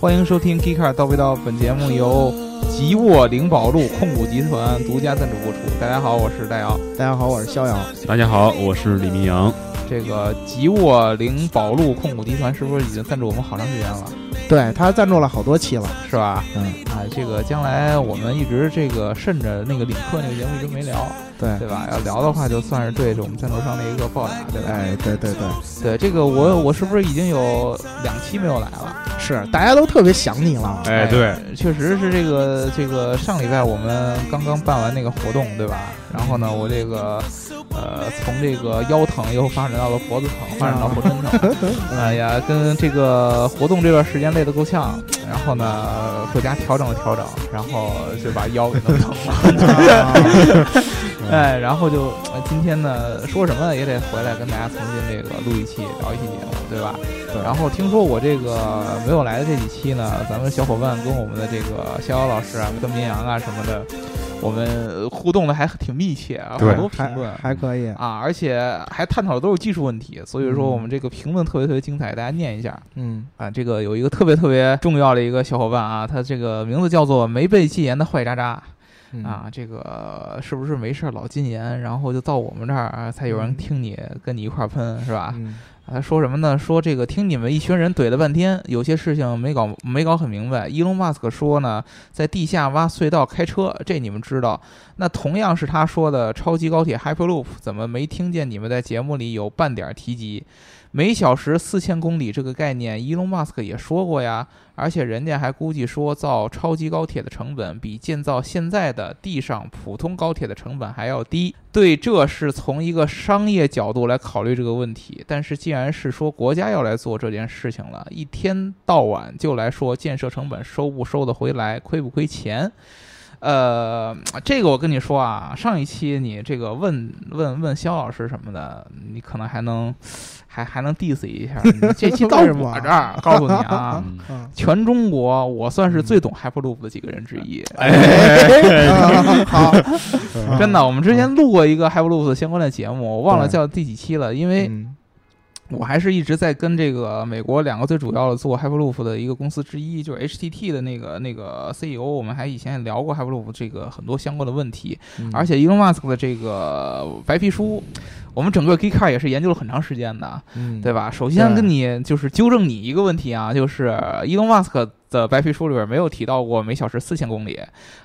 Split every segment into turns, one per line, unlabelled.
欢迎收听《Geekcar 到未到》，本节目由吉沃灵宝路控股集团独家赞助播出。大家好，我是戴瑶。
大家好，我是逍遥。
大家好，我是李明阳。
这个吉沃灵宝路控股集团是不是已经赞助我们好长时间了？
对他赞助了好多期了，
是吧？
嗯
啊，这个将来我们一直这个顺着那个领克那个节目一直没聊，
对，
对吧？要聊的话，就算是对着我们赞助商的一个报答，对吧？
哎，对对对，
对，这个我我是不是已经有两期没有来了？
是大家都特别想你了。
哎，对，，
确实是这个这个上礼拜我们刚刚办完那个活动，对吧？然后呢，我这个呃从这个腰疼又发展到了脖子疼，发展到浑身疼，哎呀，跟这个活动这段时间累得够呛。然后呢，回家调整了调整，然后就把腰给弄疼了。
嗯
哎，然后就呃今天呢，说什么也得回来跟大家重新这个录一期，聊一期节目，对吧？
对
然后听说我这个没有来的这几期呢，咱们小伙伴跟我们的这个逍遥老师啊、跟绵羊啊什么的，我们呃互动的还挺密切啊，
对
好多评论
还哎还可以，
啊，而且还探讨的都是技术问题，所以说
嗯
我们这个评论特别特别精彩，大家念一下
嗯，
啊。这个有一个特别特别重要的一个小伙伴啊，他这个名字叫做没被禁言的坏渣渣。
嗯
啊，，这个是不是没事儿老禁言，然后就到我们这儿啊才有人
嗯
听你跟你一块儿喷是吧？
嗯
他说什么呢？说这个听你们一群人怼了半天，有些事情没搞没搞很明白。伊隆马斯克说呢，在地下挖隧道开车，这你们知道。那同样是他说的超级高铁 Hyperloop，怎么没听见你们在节目里有半点提及？每小时四千公里这个概念，伊隆马斯克也说过呀，而且人家还估计说造超级高铁的成本比建造现在的地上普通高铁的成本还要低。对，这是从一个商业角度来考虑这个问题。但是既然是说国家要来做这件事情了，一天到晚就来说建设成本收不收得回来，亏不亏钱。呃，这个我跟你说啊，上一期你这个问问问肖老师什么的，你可能还能还还能 diss 一下。你这 期到
为什么
我这儿，告诉你啊，
嗯
嗯
全中国我算是最懂 Hyperloop 的几个人之一。
哎，啊好，嗯
真的，我们之前录过一个 Hyperloop 相关的节目，我忘了
啊对
叫第几期了，因为
嗯
我还是一直在跟这个美国两个最主要的做 Hyperloop 的一个公司之一，就是 HTT 的那个那个 CEO，我们还以前也聊过 Hyperloop 这个很多相关的问题，
嗯
而且 Elon Musk 的这个白皮书，我们整个 Geekcar 也是研究了很长时间的。
嗯
对吧？首先
对
跟你就是纠正你一个问题啊，就是伊隆马斯克的白皮书里边没有提到过每小时四千公里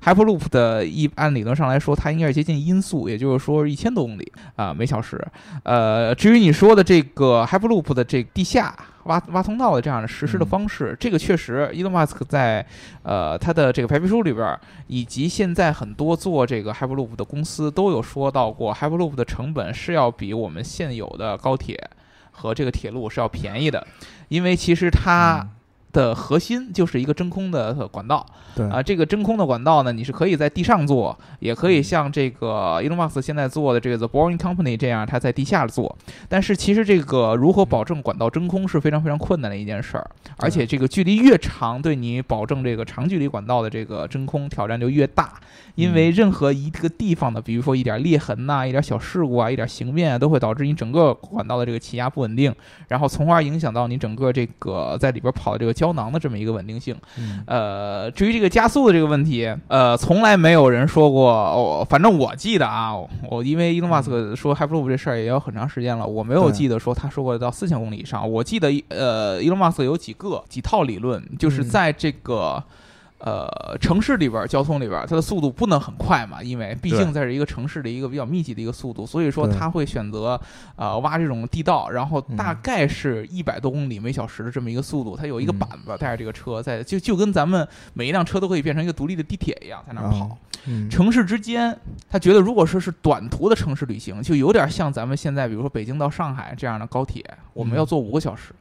，Hyperloop 的一按理论上来说，它应该是接近音速，也就是说一千多公里啊、每小时。呃，至于你说的这个 Hyperloop 的这地下挖挖通道的这样的实施的
嗯
方式，这个确实伊隆马斯克在呃他的这个白皮书里边儿，以及现在很多做这个 Hyperloop 的公司都有说到过，Hyperloop 的成本是要比我们现有的高铁和这个铁路是要便宜的，因为其实
嗯
它的核心就是一个真空的呃管道
对
啊、，这个真空的管道呢，你是可以在地上做，也可以像这个 Elon Musk 现在做的这个 The Boring Company 这样，它在地下做。但是其实这个如何保证管道真空是非常非常困难的一件事儿，而且这个距离越长，对你保证这个长距离管道的这个真空挑战就越大，因为任何一个地方的，比如说一点裂痕呐、一点小事故啊、一点形变啊，都会导致你整个管道的这个气压不稳定，然后从而影响到你整个这个在里边跑的这个胶囊的这么一个稳定性。
嗯
呃，至于这个加速的这个问题，呃，从来没有人说过。哦，反正我记得啊，我我因为伊隆马斯克说 Hyperloop 这事儿也有很长时间了，我没有
嗯对
记得说他说过到四千公里以上。我记得呃，伊隆马斯克有几个几套理论，就是
嗯
在这个。呃，城市里边儿交通里边儿，它的速度不能很快嘛，因为毕竟
对
在是一个城市的一个比较密集的一个速度，所以说
对
它会选择呃挖这种地道，然后大
嗯
概是一百多公里每小时的这么一个速度，它有一个
嗯
板子带着这个车在，就就跟咱们每一辆车都可以变成一个独立的地铁一样在那儿跑。
哦嗯
城市之间，他觉得如果说是短途的城市旅行，就有点像咱们现在比如说北京到上海这样的高铁，我们
嗯
要坐五个小时，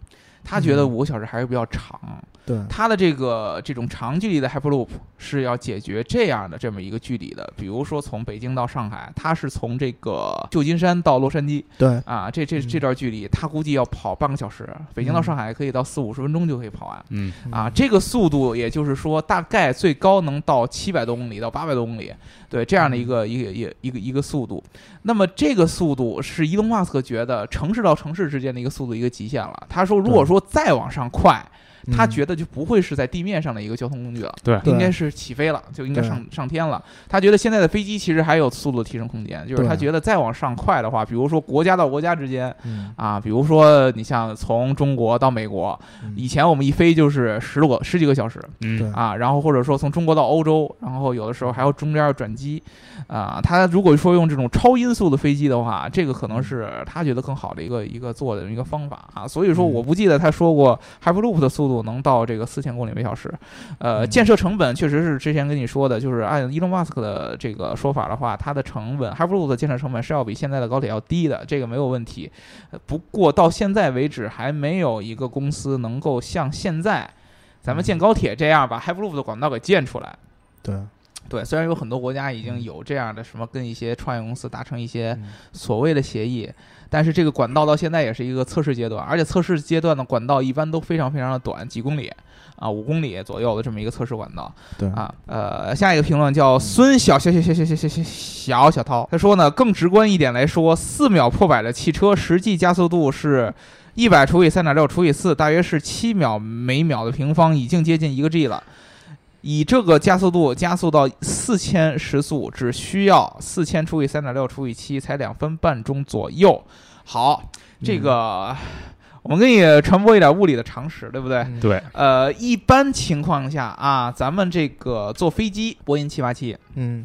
他觉得
嗯
五个小时还是比较长。
对，
它的这个这种长距离的 Hyperloop 是要解决这样的这么一个距离的，比如说从北京到上海，它是从这个旧金山到洛杉矶
对，
啊，这这
嗯
这段距离，它估计要跑半个小时，北京到上海可以到四五十分钟就可以跑完。
嗯，
啊，这个速度，也就是说，大概最高能到七百多公里到八百多公里，对这样的一
嗯
个一个一个一个一个速度。那么这个速度是伊隆马斯克觉得城市到城市之间的一个速度一个极限了。他说，如果说再往上快，他
嗯
觉得就不会是在地面上的一个交通工具了，
对
对
应该是起飞了，就应该
对
上上天了。他觉得现在的飞机其实还有速度提升空间，就是他
对
觉得再往上快的话，比如说国家到国家之间
嗯
啊，比如说你像从中国到美国，
嗯
以前我们一飞就是十多个十几个小时
对
嗯，
啊，然后或者说从中国到欧洲，然后有的时候还要中间要转机，啊，他如果说用这种超音速的飞机的话，这个可能是他觉得更好的一个一个做的一个方法啊，所以说
嗯
我不记得他说过 Hyperloop 的速度能到这个四千公里每小时，呃，
嗯
建设成本确实是之前跟你说的，就是按 Elon Musk 的这个说法的话，它的成本 Hyperloop 的建设成本是要比现在的高铁要低的，这个没有问题，呃不过到现在为止，还没有一个公司能够像现在咱们建高铁这样把 Hyperloop 的管道给建出来。
对，
对，虽然有很多国家已经有这样的什么跟一些创业公司达成一些
嗯
所谓的协议，但是这个管道到现在也是一个测试阶段，而且测试阶段的管道一般都非常非常的短，几公里啊，五公里左右的这么一个测试管道。
对
啊，呃，下一个评论叫孙小小小小小小小小小小涛，他说呢，更直观一点来说，四秒破百的汽车实际加速度是。一百除以三点六除以四，大约是七秒每秒的平方，已经接近一个 G 了。以这个加速度加速到四千时速，只需要四千除以三点六除以七，才两分半钟左右。好，这个、我们给你传播一点物理的常识，对不对？
嗯
对，
呃，一般情况下啊，咱们这个坐飞机，波音七八七，
嗯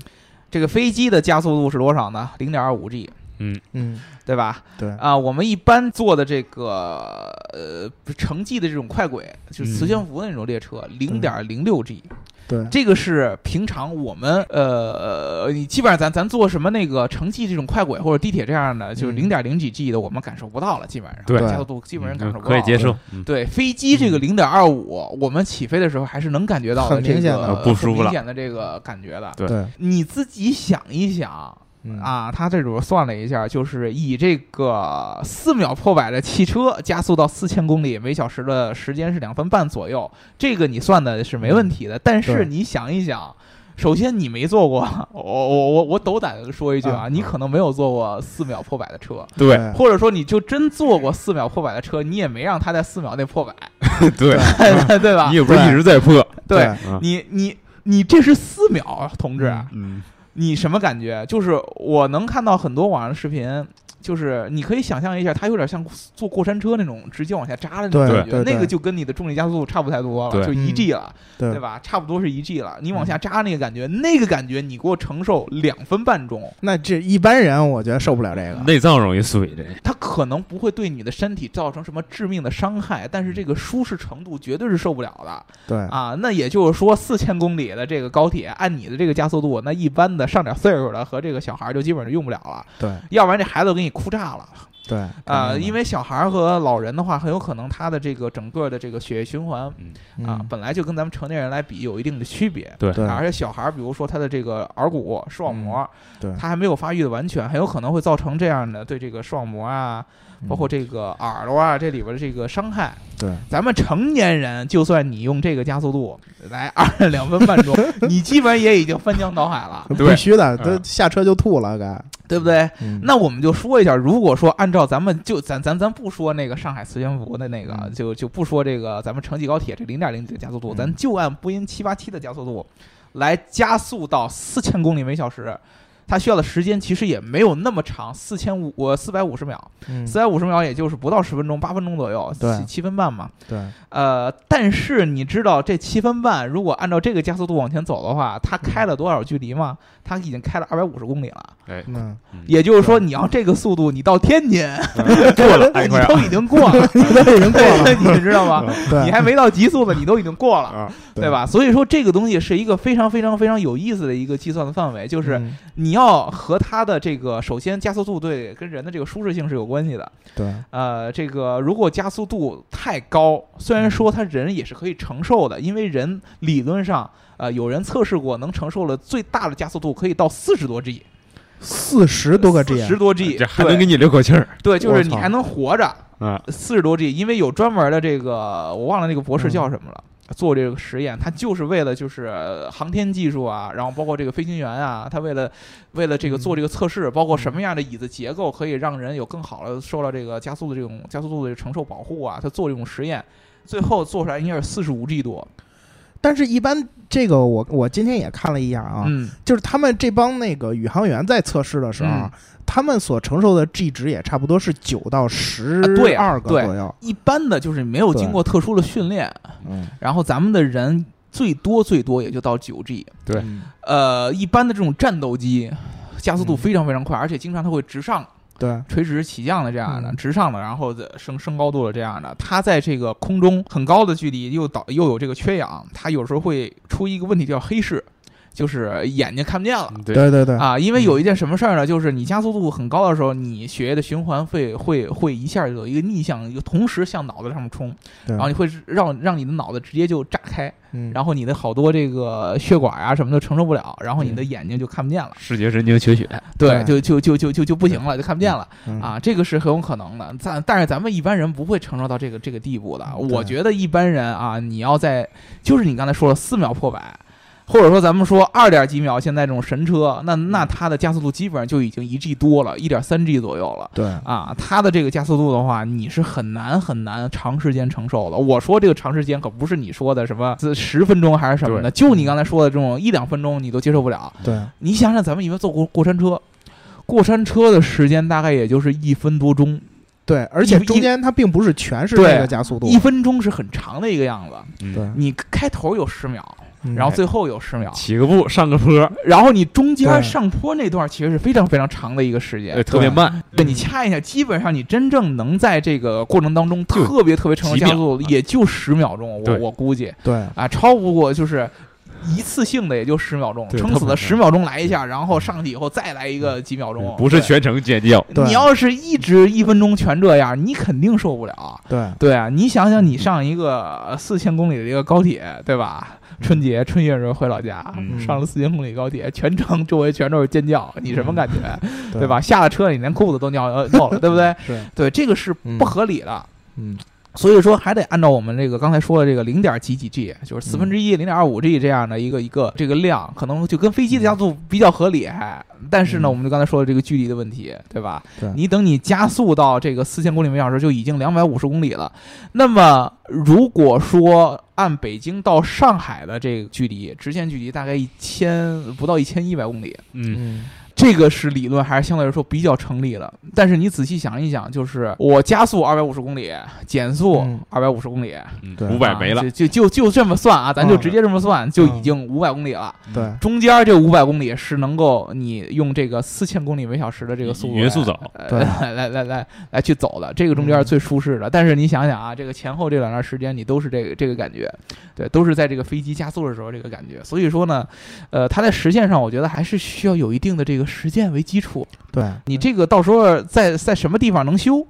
这个飞机的加速度是多少呢？零点二五 G，
嗯
对吧？
对，
啊，我们一般坐的这个呃城际的这种快轨，就是磁悬浮的那种列车，零点零六 G，
对，
这个是平常我们呃，你基本上咱咱坐什么那个城际这种快轨或者地铁这样的，就是
嗯
零点零几 G 的，我们感受不到了，基本上
对嗯
加速度基本上感受不到，
可以接受，嗯，
对飞机这个零点二五，我们起飞的时候还是能感觉到
很
这
明显
个
的
不舒服
很明
了
显的这个感觉的。
对
对
你自己想一想
嗯
啊，他这里边算了一下，就是以这个四秒破百的汽车加速到四千公里每小时的时间是两分半左右，这个你算的是没问题的。但是
对
你想一想。首先，你没坐过，我我我我斗胆地说一句啊，
啊
你可能没有坐过四秒破百的车，
对
或者说你就真坐过四秒破百的车，你也没让它在四秒内破百，
对，
对吧
你？也不是一直在破，
对，
啊
你你你这是四秒，啊同志，
嗯，
你什么感觉？就是我能看到很多网上的视频，就是你可以想象一下，它有点像坐过山车那种直接往下扎的那种
对
感觉，
对对
那个就跟你的重力加速度差不太多了，
对
就一 G 了，
对
对吧？差不多是一 G 了，你往下扎那个感觉，那个感觉你给我承受两分半钟，
那这一般人我觉得受不了这个，
内脏容易碎，这
它可能不会对你的身体造成什么致命的伤害，但是这个舒适程度绝对是受不了的。
对
啊，那也就是说，四千公里的这个高铁，按你的这个加速度，那一般的上点岁数的和这个小孩儿就基本上用不了了，
对
要不然这孩子都给你哭炸了
对
啊、因
为
为小孩儿和老人的话，很有可能他的这个整个的这个血液循环啊，本来就跟咱们成年人来比有一定的区别。
对
嗯对
啊而且小孩儿，比如说他的这个耳骨、视网膜，
对
他还没有发育的完全，很有可能会造成这样的对这个视网膜啊，包括
这
这个耳朵啊这里边的这个伤害。
嗯对
咱们成年人，就算你用这个加速度来二两分半 钟，你基本也已经翻江倒海了，
必须的，
对
都下车就吐了，该
对不对？
嗯
那我们就说一下，如果说按照咱们就咱咱咱不说那个上海磁悬浮的那个，
嗯
就就不说这个咱们城际高铁这零点零几的加速度，
嗯
咱就按波音七八七的加速度来加速到四千公里每小时。它需要的时间其实也没有那么长，四千五四百五十秒，
嗯
四百五十秒也就是不到十分钟，八分钟左右，
对
七七分半嘛。
对
呃，但是你知道这七分半，如果按照这个加速度往前走的话，它开了多少距离吗？它已经开了二百五十公里了。
哎，
嗯
也就是说，你要这个速度，你到天津
嗯
过了，嗯哎，
你
快
都已经过 了，
你都已经过了，
你知道吗？
对
你还没到极速呢，你都已经过了，
啊，
对吧？所以说，这个东西是一个非常非常非常有意思的一个计算的范围，就
就是
你要和它的这个首先加速度对跟人的这个舒适性是有关系的。
对
呃，这个如果加速度太高，虽然说他人也是可以承受
嗯
的，因为人理论上，呃，有人测试过能承受了最大的加速度可以到四十多 G，
四十多个 G，啊
十多 G，
这还能给
你
你留口气儿
对，就是你
我操
还能活着。
啊，
四十多 G，因为有专门的这个，我忘了那个博士
嗯
叫什么了，做这个实验，他就是为了就是呃航天技术啊，然后包括这个飞行员啊，他为了为了这个
嗯
做这个测试，包括什么样的椅子结构可以让人有更好的受到这个加速的这种加速度的承受保护啊，他做这种实验，最后做出来应该是四十五 G 多，
但是，一般这个我我今天也看了一眼啊，
嗯，
就是他们这帮那个宇航员在测试的时候，
嗯
他们所承受的 G 值也差不多是九到
啊
十
对啊
二个
对
左右。
一般的就是没有经过特殊的训练，
嗯，
然后咱们的人最多最多也就到九 G，
对
嗯
呃，一般的这种战斗机加速度
嗯
非常非常快，而且经常它会直上。
对，
垂直起降的这样的，
嗯
直上的，然后再升升高度的这样的，它在这个空中很高的距离又导又有这个缺氧，它有时候会出一个问题叫黑视，就是眼睛看不见了。
嗯对
对对对，
啊，因为有一件什么事儿呢？就是你加速度很高的时候，你血液的循环会会会一下有一个逆向，就同时向脑子上面冲，
对
然后你会让让你的脑子直接就炸开，
嗯
然后你的好多这个血管啊什么的承受不了，然后你的
嗯
眼睛就看不见了，
视觉神经缺血，
对，
对
就就就就就就不行了，就看不见了。
嗯
啊，这个是很有可能的。咱但是咱们一般人不会承受到这个这个地步的。
嗯
我
对
觉得一般人啊，你要在就是你刚才说了四秒破百，或者说咱们说二点几秒，现在这种神车，那
嗯
那它的加速度基本上就已经一 G 多了，一点三 G 左右了。
对，
啊，它的这个加速度的话，你是很难很难长时间承受的。我说这个长时间可不是你说的什么十分钟还是什么的，就你刚才说的这种一两分钟你都接受不了。
对，
你想想，咱们以前坐过过山车，过山车的时间大概也就是一分多钟，
对，而且
一
中间它并不是全是
对
这个加速度，
一分钟是很长的一个样子。
嗯
对，
你开头有十秒，
嗯
然后最后有十秒，
起个步，上个坡，
然后你中间
对
上坡那段其实是非常非常长的一个时间
呃，。特别慢，
对你掐一下，基本上你真正能在这个过程当中
就
特别特别承受
几
加
秒
速度，也就十秒钟，我
对
我估计
对
啊，超不过就是。一次性的也就十秒钟，
对
撑
特
死了
别慢
十秒钟来一下，然后上去以后再来一个几秒钟，
嗯不是
对
全程尖叫，
对
你要是一直一分钟全这样，你肯定受不了。
对
对啊，你想
嗯
想，你上一个四千公里的一个高铁，对吧？春节春节的时候回老家，
嗯
上了四千公里高铁，全程周围全都是尖叫，你
嗯
什么感觉？
对
对吧？？下了车，你连裤子都尿 呃尿了，对不对？
是，
对，这个是
嗯
不合理的。
嗯，
所以说，还得按照我们这个刚才说的这个零点几几 G，就是四分
嗯
之一、零点二五 G 这样的一个一个这个量，可能就跟飞机的加速比较合理。还，但是呢，
嗯
我们就刚才说的这个距离的问题，对吧？
对
你等你加速到这个四千公里每小时，就已经两百五十公里了。那么，如果说按北京到上海的这个距离，直线距离大概一千不到一千一百公里，
嗯，
嗯，
这个是理论还是相对来说比较成立的。但是你仔细想一想，就是我加速二百五十公里，减速
嗯
二百五十公里，
对
五百没了
啊，就就就就这么算啊，咱就
嗯
直接这么算，就已经五百公里了。
对
中间这五百公里是能够你用这个四千公里每小时的这个速度
匀速
来
走，
呃
对 嗯
来来来来来去走的，这个中间是最舒适的。但是你想想啊，这个前后这两段时间你都是这个这个感觉，对，都是在这个飞机加速的时候这个感觉。所以说呢，呃，它在实践上，我觉得还是需要有一定的这个实践为基础。
对，
你这个到时候在在什么地方能修，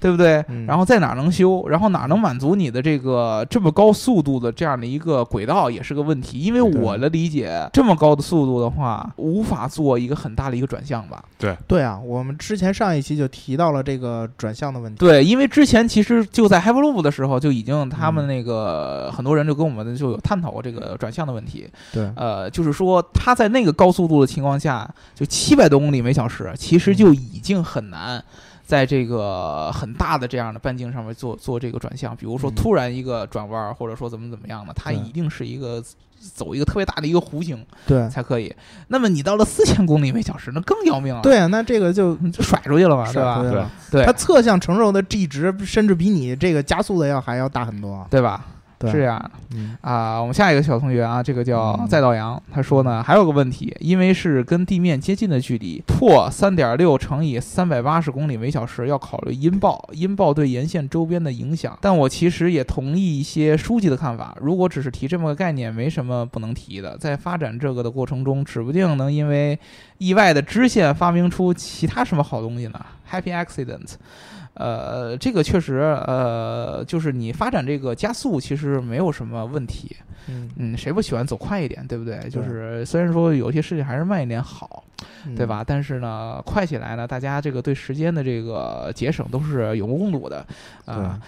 对不对？
嗯
然后在哪儿能修，然后哪儿能满足你的这个这么高速度的这样的一个轨道也是个问题。因为
对
我的理解，这么高的速度的话，无法做一个很大的一个转向吧。
对啊，我们之前上一期就提到了这个转向的问题，
对，因为之前其实就在 Hyperloop 的时候，就已经他
嗯
们那个很多人就跟我们就有探讨过这个转向的问题。
对
呃，就是说它在那个高速度的情况下，就七百多公里每小时，其实就已经很难。在这个很大的这样的半径上面做做这个转向，比如说
嗯
突然一个转弯儿，或者说怎么怎么样的，它
对
一定是一个走一个特别大的一个弧形
对
才可以。那么你到了四千公里每小时，那更要命了，，
对啊，那这个就
就甩出去了嘛，对
甩出
吧？
去
对
了
对
它，侧向承受的 G 值甚至比你这个加速的要还要大很多，啊
对吧？
对，
是这样的。
嗯，
啊，我们下一个小同学啊，这个叫
嗯
再道阳，他说呢，还有个问题，因为是跟地面接近的距离，破三点六乘以三百八十公里每小时，要考虑音爆，音爆对沿线周边的影响。但我其实也同意一些书记的看法，如果只是提这么个概念，没什么不能提的。在发展这个的过程中，指不定能因为意外的支线发明出其他什么好东西呢？Happy accident。呃，这个确实，呃，就是你发展这个加速其实没有什么问题，
嗯，
嗯，谁不喜欢走快一点，对不对？就是虽然说有些事情还是慢一点好，
嗯
对？吧？但是呢，快起来呢，大家这个对时间的这个节省都是有目共睹的啊。呃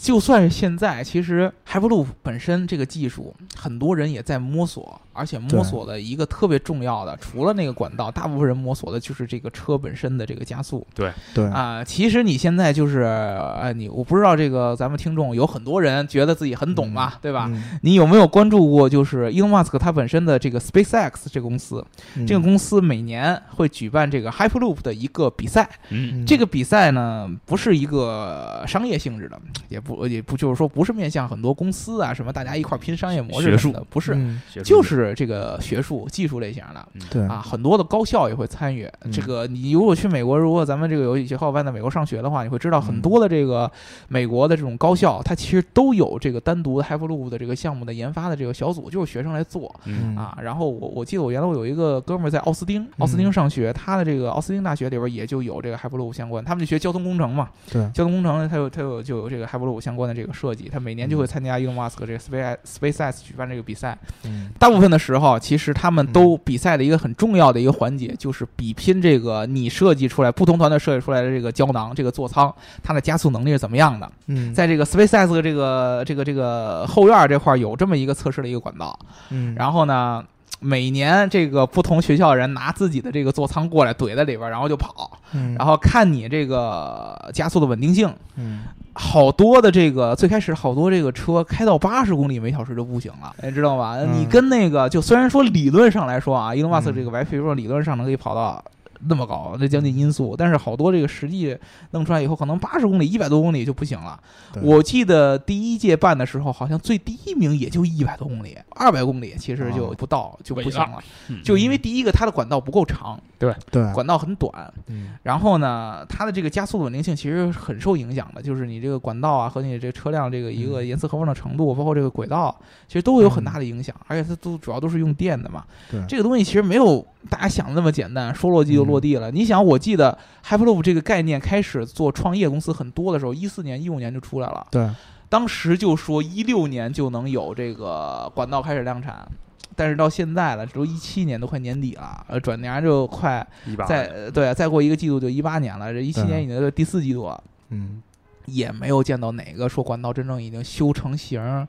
就算是现在，其实 Hyperloop 本身这个技术，很多人也在摸索，而且摸
对
索的一个特别重要的，除了那个管道，大部分人摸索的就是这个车本身的这个加速。
对，
啊，其实你现在就是，呃，你我不知道这个咱们听众有很多人觉得自己很懂嘛，对吧？
嗯？
你有没有关注过，就是伊隆马斯克他本身的这个 SpaceX 这个公司？这个
嗯
公司每年会举办这个 Hyperloop 的一个比赛，
嗯，
这个比赛呢不是一个商业性质的，也不也不就是说不是面向很多公司啊什么大家一块儿拼商业模式
学
什么
术
的，不是，
嗯
学术
就是这个学术技术类型的。
对
啊，很多的高校也会参与。
嗯
这个你如果去美国，如果咱们这个有一些小伙伴在美国上学的话，你会知道很多的这个美国的这种高校，它其实都有这个单独的 Hyperloop 的这个项目的研发的这个小组，就是学生来做
嗯，
啊。然后我我记得我原来我有一个哥们儿在奥斯汀，奥斯汀上学，他的这个奥斯汀大学里边也就有这个 Hyperloop 相关，他们就学交通工程嘛，
对，
交通工程它有它有就有这个 Hyperloop 相关的这个设计，他每年就会参加 Elon Musk 这个 Space SpaceX 举办这个比赛。
嗯
大部分的时候，其实他们都比赛的一个很重要的一个环节，就是比拼这个你设计出来不同团队设计出来的这个胶囊、这个座舱，它的加速能力是怎么样的。
嗯，
在这个 SpaceX 的这个这个这个后院这块儿有这么一个测试的一个管道，
嗯，
然后呢，每年这个不同学校的人拿自己的这个座舱过来怼在里边儿，然后就跑，
嗯
然后看你这个加速的稳定性。
嗯，
好多的这个最开始好多这个车开到八十公里每小时就不行了，哎你知道吧？
嗯
你跟那个就虽然说理论上来说啊，伊隆马斯
嗯
这个白皮说理论上能可以跑到。那么高，那将近音速，但是好多这个实际弄出来以后，可能八十公里、一百多公里就不行了。
对
我记得第一届办的时候，好像最低一名也就一百多公里，二百公里其实就
哦
不到、就不
尾
行
二
了，
嗯
就因为第一个它的管道不够长，
对，
管道很短，
嗯
然后呢，它的这个加速的稳定性其实很受影响的，就是你这个管道啊和你这个车辆这个一个严丝合缝的程度，包括这个轨道，其实都有很大的影响。而且它都主要都是用电的嘛。
对
这个东西其实没有大家想的那么简单，说落地就落地了。你想，我记得 Hyperloop 这个概念开始做创业公司很多的时候，一四年、一五年就出来了，
对，
当时就说一六年就能有这个管道开始量产。但是到现在了，这都一七年都快年底了，呃，转年就快
一把
再呃对，再过一个季度就一八年了，这一七
对
年已经是第四季度了，
嗯
也没有见到哪个说管道真正已经修成型儿，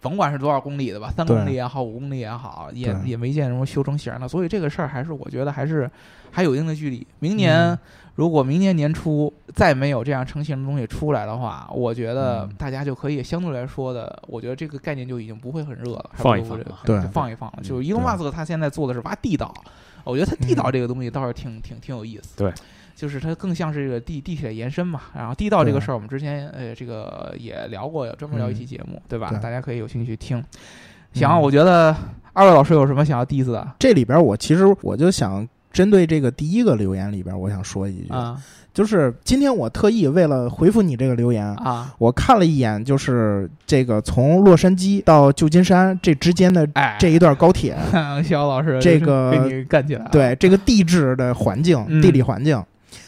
甭管是多少公里的吧，三公
对
里也好，五公里也好，也
对
也没见什么修成型儿的，所以这个事儿还是我觉得还是还有一定的距离。明年、
嗯
如果明年年初再没有这样成型的东西出来的话，我觉得
嗯
大家就可以相对来说的，我觉得这个概念就已经不会很热了，还不
放一
如
放
这个
啊
对
就放一放了。
嗯
就是伊隆
对
马斯克他现在做的是挖地道，我觉得他地道
嗯
这个东西倒是挺挺挺有意思。
对。
就是它更像是这个地地铁延伸嘛，然后地道这个
对嗯
事儿，我们之前呃这个也聊过，专门聊一期节目，对吧？
对
大家可以有兴趣听。行，
嗯
我觉得二位老师有什么想要 diss 的
这里边我其实我就想针对这个第一个留言里边，我想说一句，
啊
就是今天我特意为了回复你这个留言。
啊？
我看了一眼，就是这个从洛杉矶到旧金山这之间的
哎，
这一段高铁，
肖老师
这
就是
个
被你干起来了，
对这个地质的环境、
嗯
地理环境，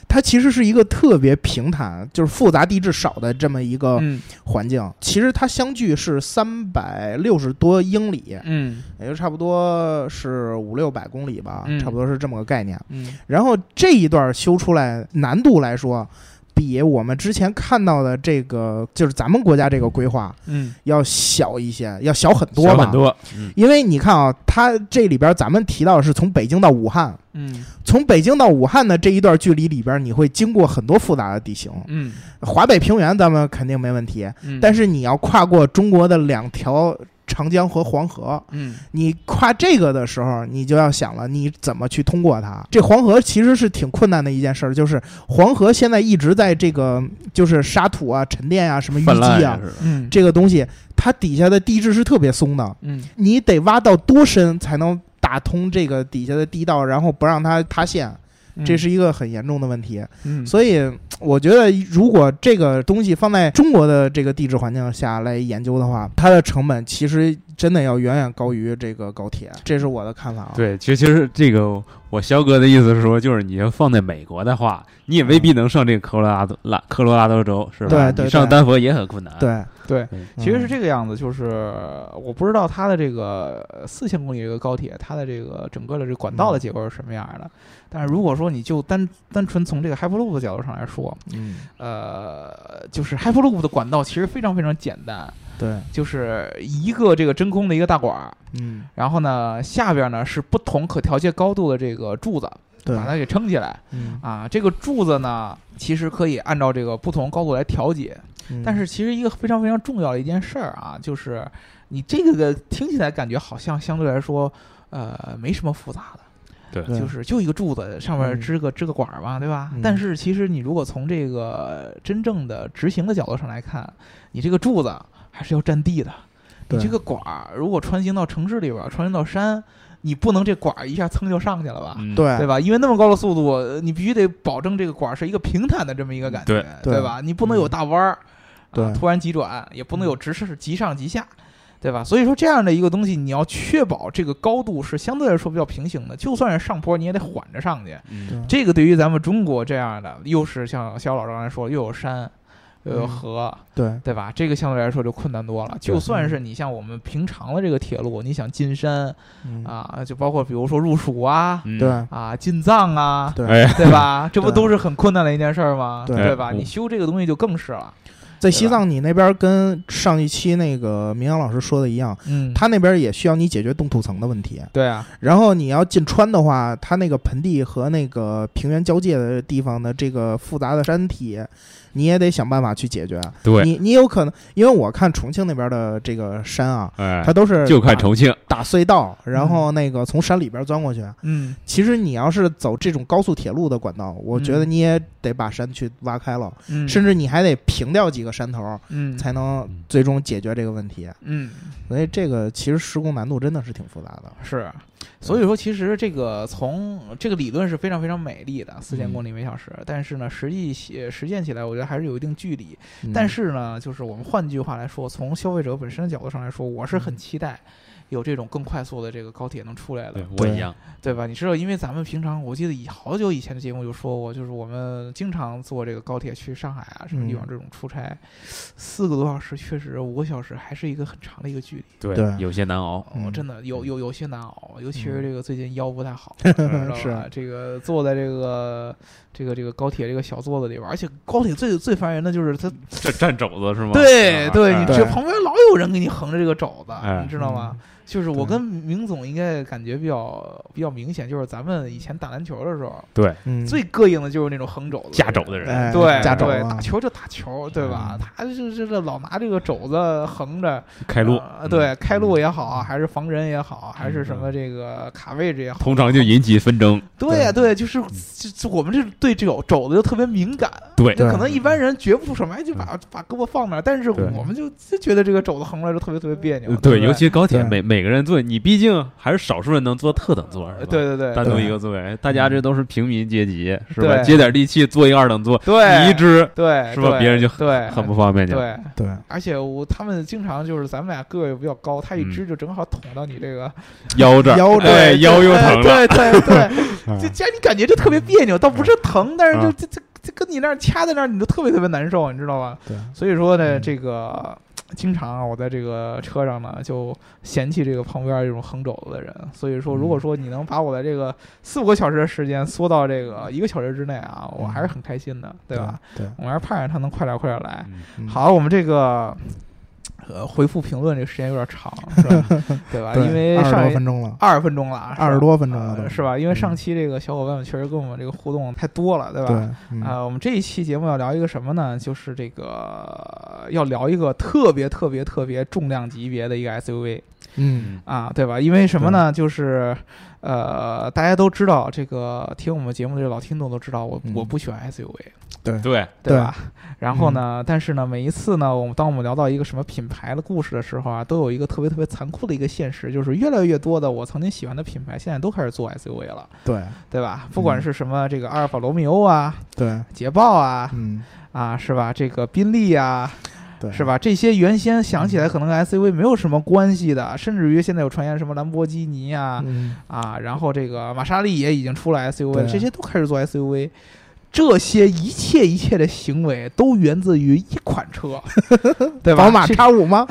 它其实是一个特别平坦，就是复杂地质少的这么一个
嗯
环境。其实它相距是三百六十多英里，
嗯
也就差不多是五六百公里吧，
嗯
差不多是这么个概念。啊
嗯
然后这一段修出来难度来说，比我们之前看到的这个就是咱们国家这个规划
嗯
要小一些，要小很多
小
吧？
很多，嗯，
因为你看啊，它这里边咱们提到的是从北京到武汉，
嗯
从北京到武汉的这一段距离里边，你会经过很多复杂的地形。
嗯
华北平原咱们肯定没问题，
嗯，
但
是
是你要跨过中国的两条长江和黄河，
嗯
你跨这个的时候，你就要想了，你怎么去通过它？这黄河其实是挺困难的一件事儿，就是黄河现在一直在这个就是沙土啊、沉淀啊、什么
泛
淤
滥
积
呀
啊，
是吧
嗯
这个东西，它底下的地质是特别松的，
嗯
你得挖到多深才能打通这个底下的地道，然后不让它塌陷。
嗯
这是一个很严重的问题。
嗯
所以我觉得，如果这个东西放在中国的这个地质环境下来研究的话，它的成本其实真的要远远高于这个高铁，这是我的看法啊。
对，其实其实这个我肖哥的意思是说，就是你要放在美国的话，你也未必能上这个科罗拉多拉科罗拉多州，是
嗯
吧？
对对
你上
对
丹佛也很困难。，
对，
对，
嗯
其实是这个样子，就是我不知道它的这个四千公里这个高铁，它的这个整个的这个管道的结构是什么样的。但是如果说你就单单纯从这个 Hyperloop 的角度上来说，
嗯，
呃，就是 Hyperloop 的管道其实非常非常简单，
对，
就是一个这个真空的一个大管儿，
嗯，
然后呢下边呢是不同可调节高度的这个柱子，
对
把，它给撑起来
嗯，
啊。这个柱子呢其实可以按照这个不同高度来调节，
嗯
但是其实一个非常非常重要的一件事儿啊，就是你这个个听起来感觉好像相对来说，呃，没什么复杂的，
对
就是就一个柱子上面
嗯
支个支个管儿嘛，对吧？
嗯
但是其实你如果从这个真正的执行的角度上来看，你这个柱子还是要占地的，你
对
这个管儿如果穿行到城市里边儿，穿行到山，你不能这管儿一下蹭就上去了吧？
嗯
啊对
对吧？因为那么高的速度，呃你必须得保证这个管儿是一个平坦的这么一个感觉，
对嗯对
吧？你不能有大弯儿、
对嗯
啊，突然急转，也不能有直是急上急下，对吧？所以说这样的一个东西，你要确保这个高度是相对来说比较平行的，就算是上坡，你也得缓着上去。
嗯
对
这个对于咱们中国这样的，又是像肖老师刚才说，又有山。又有
嗯
河，
对
对吧？这个相对来说就困难多了。就算是你像我们平常的这个铁路，你想进山
嗯
啊，就包括比如说入蜀啊，
嗯
对
啊，进藏啊，
对
哎，
对 吧？这不
对
都是很困难的一件事儿吗？
对
吧？
嗯
你修这个东西就更是了。
在西藏，你那边跟上一期那个明阳老师说的一样，
嗯
他那边也需要你解决冻土层的问题。
对啊，
然后你要进川的话，它那个盆地和那个平原交界的地方的这个复杂的山体，你也得想办法去解决。啊
对，
你你有可能，因为我看重庆那边的这个山啊，
哎
它，都是
就
打
看重庆，
打隧道，然后那个从山里边钻过去。
嗯，
其实你要是走这种高速铁路的管道，我觉得
嗯
你也得把山去挖开了，
嗯
甚，至你还得平掉几个山头，
嗯，
才能最终解决这个问题。
嗯，
所以这个其实施工难度真的是挺复杂的。
是。所以说，其实这个从这个理论是非常非常美丽的，四千
嗯
公里每小时。但是呢，实际起实践起来，我觉得还是有一定距离。
嗯
但是呢，就是我们换句话来说，从消费者本身的角度上来说，我是很期待有这种更快速的这个高铁能出来的。
对我一样，
对吧？你知道，因为咱们平常，我记得以好久以前的节目就说过，就是我们经常坐这个高铁去上海啊，什么地方
嗯
这种出差，四个多小时，确实五个小时还是一个很长的一个距离。
对
对
有些难熬，
我、
嗯
真的有有有些难熬，尤其
嗯
是这个最近腰不太 好，你知道吧
是
这个坐在这个这个这个高铁这个小座子里边儿，而且高铁最最烦人的就是它，
这 站肘子是吗
对对，你
对
这旁边老有人给你横着这个肘子，
哎
你知道
嗯
吗？ 就是我跟明总应该感觉比较比较明显，就是咱们以前打篮球的时候，
对，
嗯？
最膈应的就是那种横肘子
夹肘的人
哎
对
加州
对，
啊
打球就打球，对吧
嗯？
他就是这老拿这个肘子横着
开路
呃，对，开路
嗯，
也好，啊还是防人也好，啊还是什么这个卡位置也好，
通常就嗯引起纷争，
对呀，对，就是就就我们这对这种肘子就特别敏感，
对嗯
就
对
可能一般人觉不出什么，哎，就把把胳膊放那儿，但是
对
我们就就觉得这个肘子横过来就特别特别别扭
呃，
对不对，
尤其高铁
对
每每个人坐，你毕竟还是少数人能坐特等座，是
呃
吧
对对对，嗯
单独
对
一个座位，大家这都是平民阶级，是吧？
对
接点地气，坐一个二等座，
对
你一支
对
是吧
对
别人就
对
很不方便就。
对。
对，
而且我他们经常就是咱们俩个儿又比较高，他一
嗯
支就正好捅到你这个，
腰这儿，
腰这儿
哎腰又疼了，
对对 对，
啊
就这样你感觉就特别别扭，倒不是疼，但是就
啊
这这这跟你那儿掐在那儿，你就特别特别难受，你知道吗？
对，
所以说呢，
嗯
这个经常啊，我在这个车上呢就嫌弃这个旁边这种横肘子的人。所以说，如
嗯
果说你能把我的这个四五个小时的时间缩到这个一个小时之内啊，我还是很开心的，对吧？？
嗯对，
我还是盼着他能快点快点来。
嗯
嗯，
好，我们这个呃回复评论这个时间有点长，是 吧？对吧？
对
因为
二十
上
多
一
分钟了，
二十分钟了啊，是吧
二十多分钟了都
呃是吧？因为
嗯
上期这个小伙伴们确实跟我们这个互动太多了，对吧？
对，嗯
啊、我们这一期节目要聊一个什么呢？就是这个要聊一个特别特别特别重量级别的一个 SUV
嗯，
啊，对吧？因为什么呢？就是呃，大家都知道这个听我们节目的这老听众都知道我，我、
嗯
不喜欢 SUV，
对，
对
对
吧？然后呢，但是呢，每一次呢，我们当我们聊到一个什么品牌的故事的时候啊，都有一个特别特别残酷的一个现实，就是越来越多的我曾经喜欢的品牌，现在都开始做 SUV 了，
对
对吧？不管是什么这个阿尔法罗密欧啊、
对，
捷豹啊
嗯，
啊，是吧？这个宾利啊，
对，
是？吧？这些原先想起来可能跟 SUV 没有什么关系的，甚至于现在有传言什么兰博基尼啊，
嗯，
啊，然后这个玛莎拉蒂也已经出了 SUV 了，
对
这些都开始做 SUV。这些一切一切的行为都源自于一款 车，对吧？
宝马
这
X 五吗？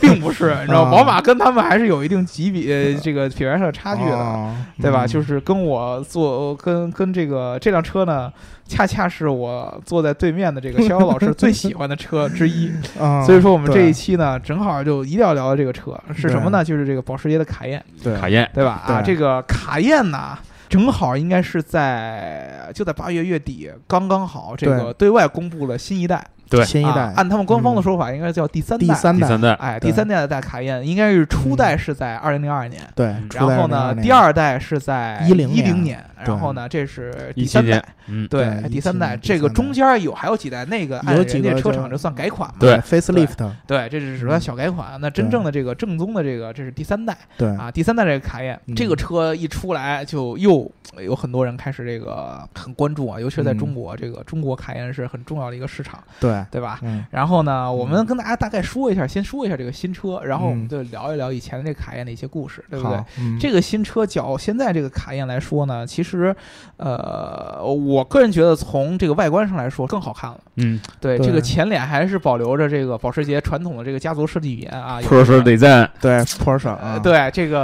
并不是，你知道，
啊
宝马跟他们还是有一定级别、 呃这个品牌上的差距的，
哦
对吧？
嗯
就是跟我坐跟跟这个这辆车呢，恰恰是我坐在对面的这个逍遥老师最喜欢的车之 一。
啊
所以说，我们这
对
一期呢，正好就一定要聊聊这个车是什么呢？就是这个保时捷的卡宴。
对
卡宴，
对吧？啊，
对
这个卡宴呢，正好应该是在呃就在八月月底，刚刚好这个对外公布了新一代，
对
新一
啊
代，嗯
按他们官方的说法，应该叫第三代。
第三
第
代
三，代，
哎，
对嗯
第三代的代卡宴应该是初代是在二零零二年，
对，
嗯然后呢，第二代是在
10
一零
年
年，然后呢，这是第
一
三
七
代
年，，嗯，
对，哎
对
第三代
17年
这个
第三
中
代
间有还有几代，那个按
有
人
几
家
个
车
就
厂这算改款嘛，
对
facelift，
对，这只是算小改款。那真正的这个正宗的这个，这是第三代，
对
啊，第三代这个卡宴，
嗯
这个车一出来就又呃有很多人开始这个很关注啊，尤其是在
嗯
中国，这个中国卡宴是很重要的一个市场，
对，
对吧？
嗯，
然后呢，我们跟大家大概说一下，先说一下这个新车，然后我们
嗯
就聊一聊以前的这个卡宴的一些故事，对不对
好？，嗯
这个新车较现在这个卡宴来说呢，其实，呃，我个人觉得从这个外观上来说更好看了。
嗯，
对，
对
这个前脸还是保留着这个保时捷传统的这个家族设计语言啊，有
说说得赞，
对 Porsche
呃，
啊，
对这个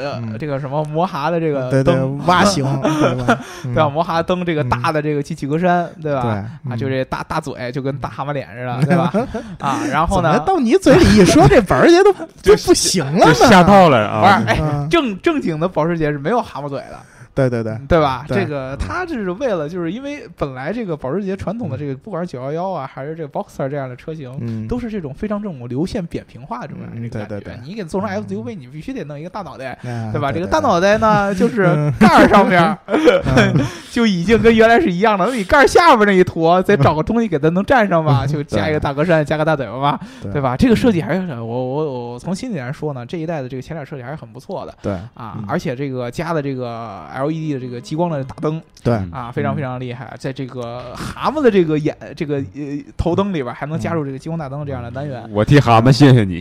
呃、
嗯
这个什么摩哈的这个
对对
灯，
蛙 型，对吧？
对
嗯
吧？摩哈灯这个
嗯
大的这个机器格栅，对
对
吧？
嗯
啊，就这大大嘴就跟大蛤蟆脸似的，对吧？啊，然后
怎么
呢，
到你嘴里一 说这本儿姐都就不行了
就
呢？
下套了
不是
啊，
哎
嗯，
正正经的保时捷是没有蛤蟆嘴的，
对对对，
对吧？
对
这个它这是为了，就是因为本来这个保时捷传统的这个，不管是九幺幺啊，还是这个 Boxer 这样的车型。
嗯，
都是这种非常这种流线扁平化的这种
嗯
这个感觉，
对对对
你给做成
嗯
SUV，你必须得弄一个大脑袋，
哎
对吧？这个大
对
脑袋呢，就是
嗯
盖儿上面
嗯
就已经跟原来是一样的，那你盖儿下边那一坨，再找个东西给它能占上吧，就加一个大格栅，加个大嘴巴吧，
嗯对
对吧？这个设计还是我我我从心里来说呢，这一代的这个前脸设计还是很不错的
对
啊
嗯，
而且这个加的这个 LED 的这个激光的大灯
对
啊，非常非常厉害，在这个蛤蟆的这个眼这个呃头灯里边还能加入这个激光大灯这样的单元，
我替蛤蟆谢谢你，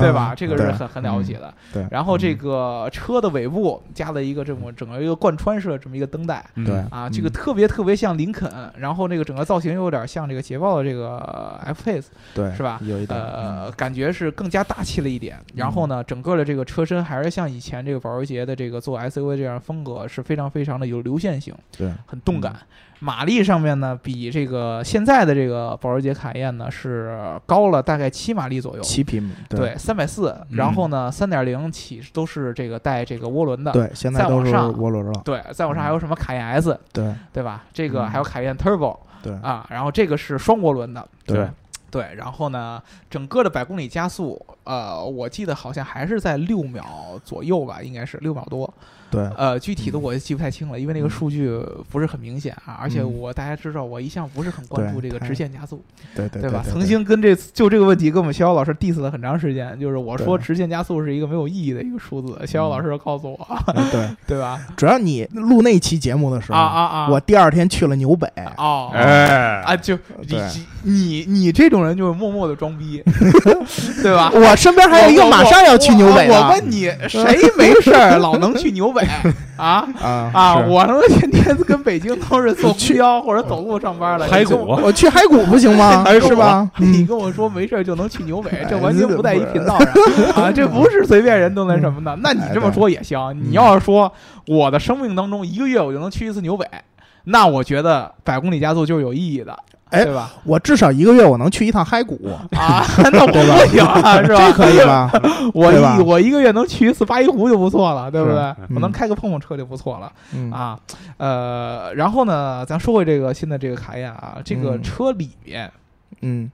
对吧？这个是
嗯对嗯
很很了不起的。
对，
然后这个车的尾部加了一个这么整个一个贯穿式的这么一个灯带。
嗯
对
啊，这个特别特别像林肯，然后这个整个造型又有点像这个捷豹的这个 F Pace，
对嗯
是吧
有一点嗯
呃，感觉是更加大气了一点。然后呢，整个的这个车身还是像以前这个保时捷的这个做 SUV 这样风格，是非常非常的有流线性，
对
很动感。
嗯
马力上面呢，比这个现在的这个保时捷卡宴呢是高了大概七马力左右，
七嗯匹米，
对，三百四。然后呢，三点零起都是这个带这个涡轮的。
对，嗯现在
再
都
往
是
上
涡轮了，
对，再往上还有什么卡宴 S，
对
对吧？这个
嗯
还有凯宴 Turbo
对
啊，然后这个是双涡轮的，
对
对，然后呢，整个的百公里加速，呃，我记得好像还是在六秒左右吧，应该是六秒多，
对
呃，具体的我也记不太清了，因为那个
嗯
数据不是很明显啊，而且
嗯
我大家知道，我一向不是很关注这
对
个
它
直线加速，
对对
对吧？
对
曾经跟这就这个问题跟我们逍遥老师 diss 了很长时间，就是我说
对
直线加速是一个没有意义的一个数字，逍遥老师告诉
嗯
我，
对，
对吧？
主要你录那期节目的时
啊
候，
啊啊！
我第二天去了纽北，
哦，
哎
啊，，就你
对
你你这种人就是默默的装逼， 对吧？
我身边 还有一个马上要去纽北
我我
的
我问你，谁没事儿老能去纽北啊？
啊，
啊，
是
我他妈天天跟北京都是坐公交或者走路上班的。
骸
你跟我
骨，
我 去海谷不行吗？
海谷
是吧？ 嗯
你跟我说没事儿就能去纽北，这完全不在一
哎
频道上啊！这不是随便人都能什么的。
嗯
那
哎
你这么说也行，你要是说我的生命当中一个月我就能去一次纽北，那我觉得百公里加速就是有意义的，
哎
对吧？
我至少一个月我能去一趟嗨谷，
啊，那我不行 啊，是吧？
这可以吧？
我
对吧
一我一个月能去一次八一湖就不错了，对不对？
嗯
我能开个碰碰车就不错了
嗯，
啊。呃，然后呢，咱说回这个新的这个卡宴啊，这个
嗯
车里面
嗯，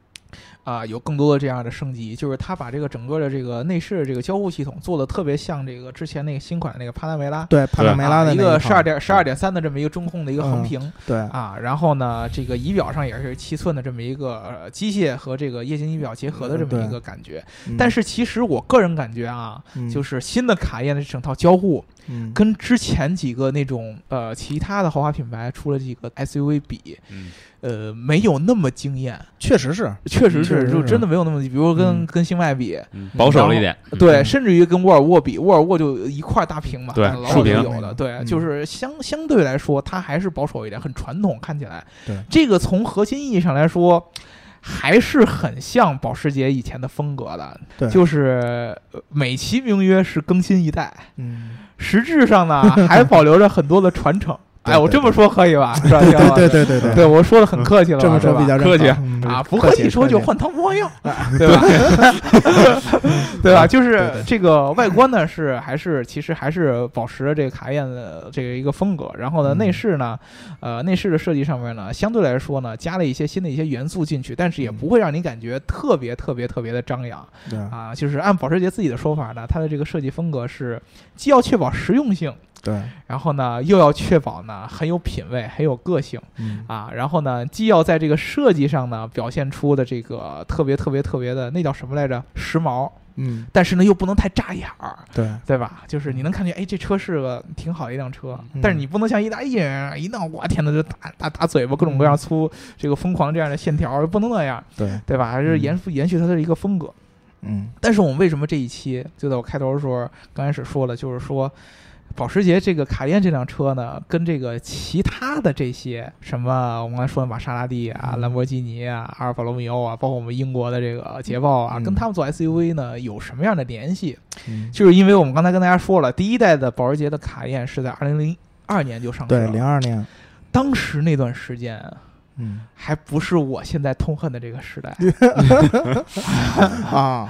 啊、有更多的这样的升级，就是它把这个整个的这个内饰这个交互系统做的特别像这个之前那个新款的那个帕拉梅拉。
对，帕拉梅拉
啊
的
一
那嗯
个
套
十二点十二点三的这么一个中控的一个
嗯
横屏、
对，
啊，然后呢，这个仪表上也是七寸的这么一个呃机械和这个液晶仪表结合的这
嗯嗯对
么一个感觉。但是其实我个人感觉啊，就是是新的卡宴的整套交互
跟
跟之前几个那种呃其他的豪华品牌出了几个 SUV 比，
嗯，
呃，没有那么惊艳，
确实是
确实
嗯确实
是，就是真的没有那么，比如说跟、
嗯
跟星外比，
嗯保守了一点，嗯
对，
嗯
甚至于跟沃尔沃比，沃尔沃就一块大屏嘛，啊
对
老早
竖
就
屏
有的，对，
嗯
就是相相对来说，它还是保守一点，很传统，看起来。
对
这个从核心意义上来说，还是很像保时捷以前的风格的，
对
就是呃美其名曰是更新一代，
嗯，
实质上呢还保留着很多的传承。
对
哎，我
对
这么说可以吧？是吧？
对
姜老
对
师
对对对
对，我说的很客气了吧，
这么说
对吧
比较
客气
嗯
啊，不
客
客
气
气说就
客气
换汤不换药， 对吧？对吧？就是这个外观呢，是还是其实还是保持着这个卡宴的这个一个风格，然后呢，
嗯
内饰呢，呃，内饰的设计上面呢，相对来说呢，加了一些新的一些元素进去，但是也
嗯
不会让你感觉特别特别特别的张扬
对
啊。就是按保时捷自己的说法呢，它的这个设计风格是既要确保实用性，
对，
然后呢，又要确保呢很有品味、很有个性。
嗯
啊，然后呢，既要在这个设计上呢表现出的这个特别特别特别的那叫什么来着，时髦，
嗯
但是呢又不能太扎眼儿，
对，
对吧？就是你能看见，哎，这车是个挺好的一辆车，
嗯
但是你不能像意大利人啊一闹，我天呐，就大大大嘴巴，各种各样粗，这个疯狂这样的线条，不能那样，
对，
对吧？还是延续延续它的一个风格。
嗯
但是我们为什么这一期就在我开头的时候刚开始说了，就是说保时捷这个卡宴这辆车呢，跟这个其他的这些什么我们刚才说的玛莎拉蒂啊、
嗯
兰博基尼啊、阿尔法罗密欧啊，包括我们英国的这个捷豹啊，
嗯
跟他们做 SUV 呢有什么样的联系？
嗯，
就是因为我们刚才跟大家说了，第一代的保时捷的卡宴是在二零零二年就上市
对，零
了，
二年，
当时那段时间。
嗯
还不是我现在痛恨的这个时 代，
啊，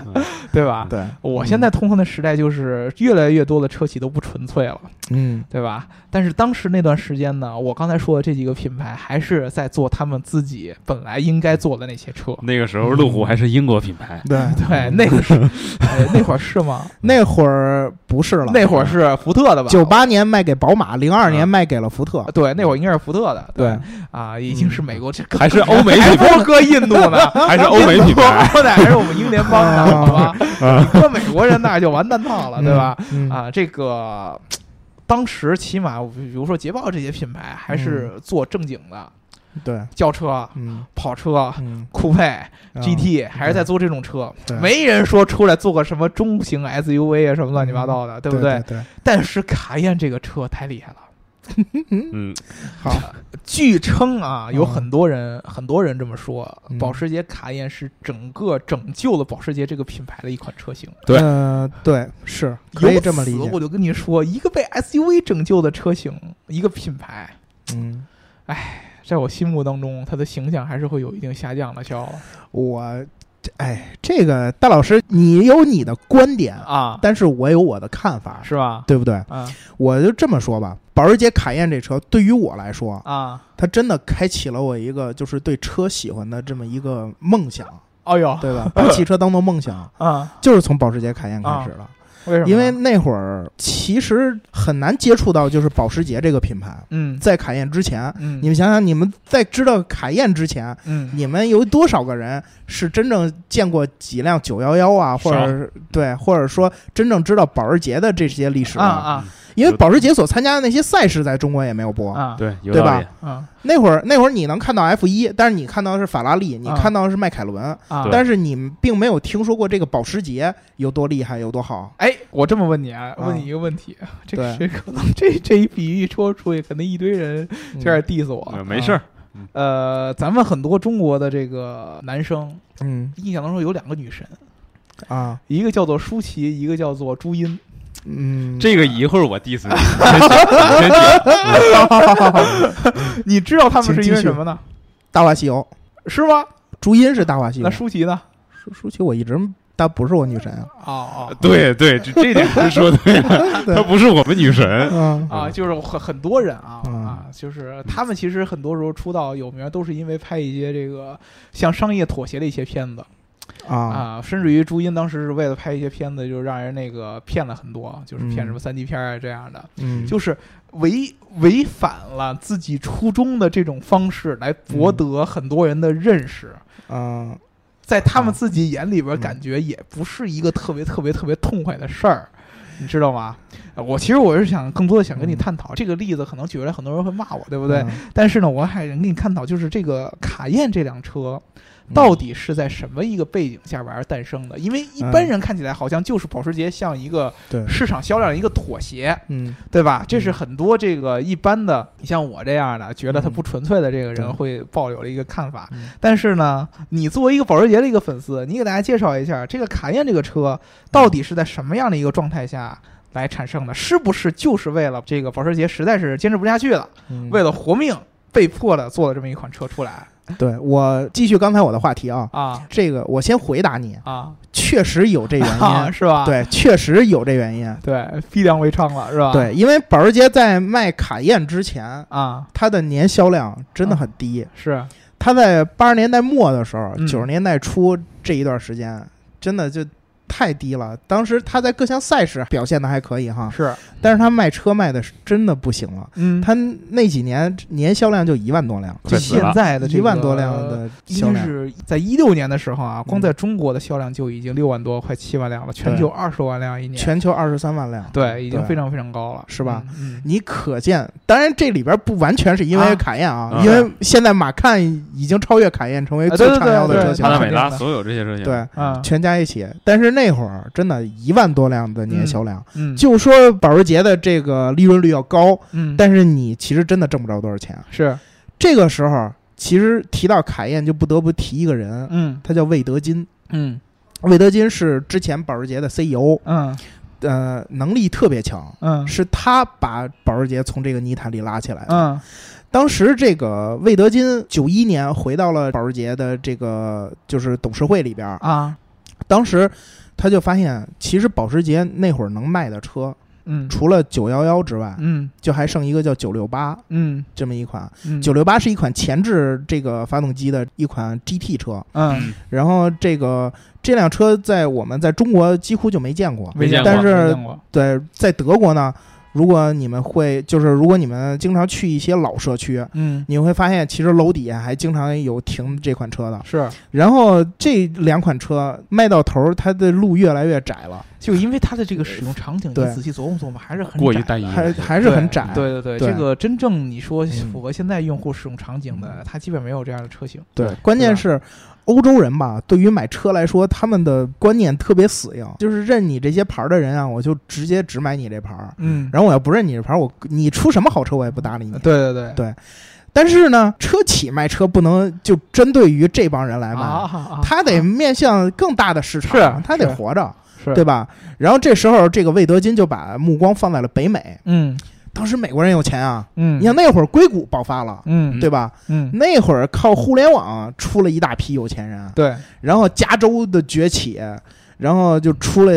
对吧？
对，
我
嗯
现在痛恨的时代就是越来越多的车企都不纯粹了，
嗯
对吧？但是当时那段时间呢，我刚才说的这几个品牌还是在做他们自己本来应该做的那些车。
那个时候路虎还是英国品牌，
对，
对，
嗯
那个 是、哎那会儿是吗？
那会儿不是了，
那会儿是啊福特的吧？
九八年卖给宝马，零二年
嗯
卖给了福特，
对，那会儿应该是福特的。
对，
啊，已经是美国这个
还是欧美
还
品牌，
哎不如搁印度呢，
还嗯 是欧美 品牌，
好歹还是我们英联邦的，好吧？
啊
你搁美国人那就完蛋套了，对吧？
嗯？嗯，
啊，这个当时起码，比如说捷豹这些品牌，还
嗯
是做正经的、
对，
轿车、
嗯
跑车、
嗯
酷配、
啊
GT，还是在做这种车
对，
没人说出来做个什么中型 SUV 啊什么乱七八糟的，对
对
不
嗯对？
对？
对，
但是卡宴这个车太厉害了。哎
嗯，
好，
据称啊，有
嗯
很多人，很多人这么说，
嗯
保时捷卡宴是整个拯救了保时捷这个品牌的一款车型。
对
呃，对，是可以
由
这么理
此
解
我，就跟你说，一个被 SUV 拯救的车型，一个品牌，
嗯。
在我心目当中，他的形象还是会有一定下降的，肖
我，哎，这个大老师，你有你的观点，
啊，
但是我有我的看法，
是吧？
对不对？
啊
我就这么说吧，保时捷卡宴这车对于我来说，
啊，
它真的开启了我一个就是对车喜欢的这么一个梦想，
哎呦，
对吧？把汽车当做梦想，
啊，
就是从保时捷卡宴开始了。
为什么呢？
因为那会儿其实很难接触到就是保时捷这个品牌，
嗯
在卡宴之前，
嗯，
你们想想，你们在知道卡宴之前，
嗯
你们有多少个人是真正见过几辆九幺幺啊，或者是对，或者说真正知道保时捷的这些历史
啊啊
因为保时捷所参加的那些赛事在中国也没有播。
啊，
对，有
嗯对
道理
吧，
啊
那会儿那会儿你能看到 F 一，但是你看到的是法拉利，你
啊
看到的是迈凯伦，
啊，
但是你们并没有听说过这个保时捷有多厉害有多好。
哎，我这么问你啊，
啊
问你一个问题，这
对
这可能这这一比喻一说出去，可能一堆人就开始 diss
嗯
我。啊
没事儿，
呃，咱们很多中国的这个男生
嗯
印象当中有两个女神，
啊
一个叫做舒淇，一个叫做朱茵。
嗯，
这个一会儿我 diss 你，你先讲你先讲
你知道他们
请
是因为
继续
什么呢？
大话西游，
是吗？
朱茵是大话西游
那。舒淇呢？
舒舒淇，我一直她不是我女神啊。
哦 哦，
对对，这这点是说对了，她不是我们女神，
嗯
啊啊，就是很很多人啊、
嗯
啊，啊，就是他们其实很多时候出道有名，都是因为拍一些这个向商业妥协的一些片子
啊
啊，甚至于朱茵当时是为了拍一些片子，就让人那个骗了很多，就是骗
嗯
什么三级片啊这样的，
嗯，
就是违违反了自己初衷的这种方式来博
嗯
得很多人的认识。
啊
在他们自己眼里边，
嗯
感觉也不是一个特别特别特别痛快的事儿，你知道吗？呃我其实我是想更多的想跟你
嗯
探讨这个例子，可能举出来很多人会骂我，对不对？但是呢，我还想跟你探讨，就是这个卡宴这辆车
嗯
到底是在什么一个背景下玩意儿诞生的？因为一
嗯
般人看起来好像就是保时捷向一个
对
市场销量的一个妥协，
嗯
对吧？这是很多这个一般的，你像我这样的觉得它不纯粹的这个
嗯对
人会抱有了一个看法
嗯。
但是呢，你作为一个保时捷的一个粉丝，你给大家介绍一下这个卡宴这个车到底是在什么样的一个状态下来产生的？是不是就是为了这个保时捷实在是坚持不下去了，
嗯
为了活命被迫的做了这么一款车出来
对我继续刚才我的话题啊，
啊
这个我先回答你，
啊
确实有这原
啊，
因，
是吧？
对，确实有这原因，
对，逼良为娼了是吧？
对，因为保时捷在卖卡宴之前，
啊，
它的年销量真的很低，
是
它在八十年代末的时候，
嗯
九十年代初这一段时间，真的就。太低了，当时它在各项赛事表现的还可以哈，
是，
但是它卖车卖的是真的不行了，
嗯，
它那几年年销量就一万多辆，
快死
现
了
在的这
一万
个
多辆的销
应该
量，
是在一六年的时候啊，光
嗯
在中国的销量就已经六万多，快七万辆了，全
对
球二十万辆一年，
全球二十三万辆，
对，已经
对
非常非常高了，
是吧
嗯？嗯，
你可见，当然这里边不完全是因
啊
为卡宴啊，
啊
因为现在马看已经超越卡宴成为
啊
最
对对
畅销的
对
车
对
型
帕
它
拉
了，
的
梅拉所有这些车型，
对，
啊，
全加一起。但是那会儿真的，一万多辆的年销量，
嗯，
就说保时捷的这个利润率要高，
嗯，
但是你其实真的挣不着多少钱。啊
是，
这个时候，其实提到卡宴就不得不提一个人，
嗯
他叫魏德金。
嗯
魏德金是之前保时捷的 CEO，
嗯
呃，能力特别强，
嗯
是他把保时捷从这个泥潭里拉起来的。
嗯
当时这个魏德金九一年回到了保时捷的这个就是董事会里边儿，
啊，
当时他就发现，其实保时捷那会儿能卖的车，
嗯
除了九幺幺之外，
嗯
就还剩一个叫九六八
嗯
这么一款。
嗯，
九六八是一款前置这个发动机的一款 GT 车，
嗯
然后这个这辆车在我们在中国几乎就没见过，
没
见
过
但是
没见过
对，在德国呢，如果你们会就是如果你们经常去一些老社区，啊
嗯
你会发现，其实楼底下还经常有停这款车的。
是，
然后这两款车卖到头儿，它的路越来越窄了，
就因为它的这个使用场景，你
对
仔细琢磨琢磨，还是很
过于
窄
单一
的
了
还还是很窄。
嗯对对对，
对
这个真正你说
嗯
符合现在用户使用场景的，它基本没有这样的车型。
对
对
关键是欧洲人吧，对于买车来说，他们的观念特别死硬，就是认你这些牌儿的人啊，我就直接只买你这牌儿。
嗯，
然后我要不认你这牌儿，我你出什么好车我也不搭理你。
对对对，
但是呢，车企卖车不能就针对于这帮人来卖，
啊啊啊
他得
啊
面向更大的市场，
是
他
是
得活着。
是
对吧？然后这时候，这个魏德金就把目光放在了北美。
嗯
当时美国人有钱啊，
嗯，
你看那会儿硅谷爆发了，
嗯
对吧？
嗯
那会儿靠互联网出了一大批有钱人，
对
然后加州的崛起，然后就出了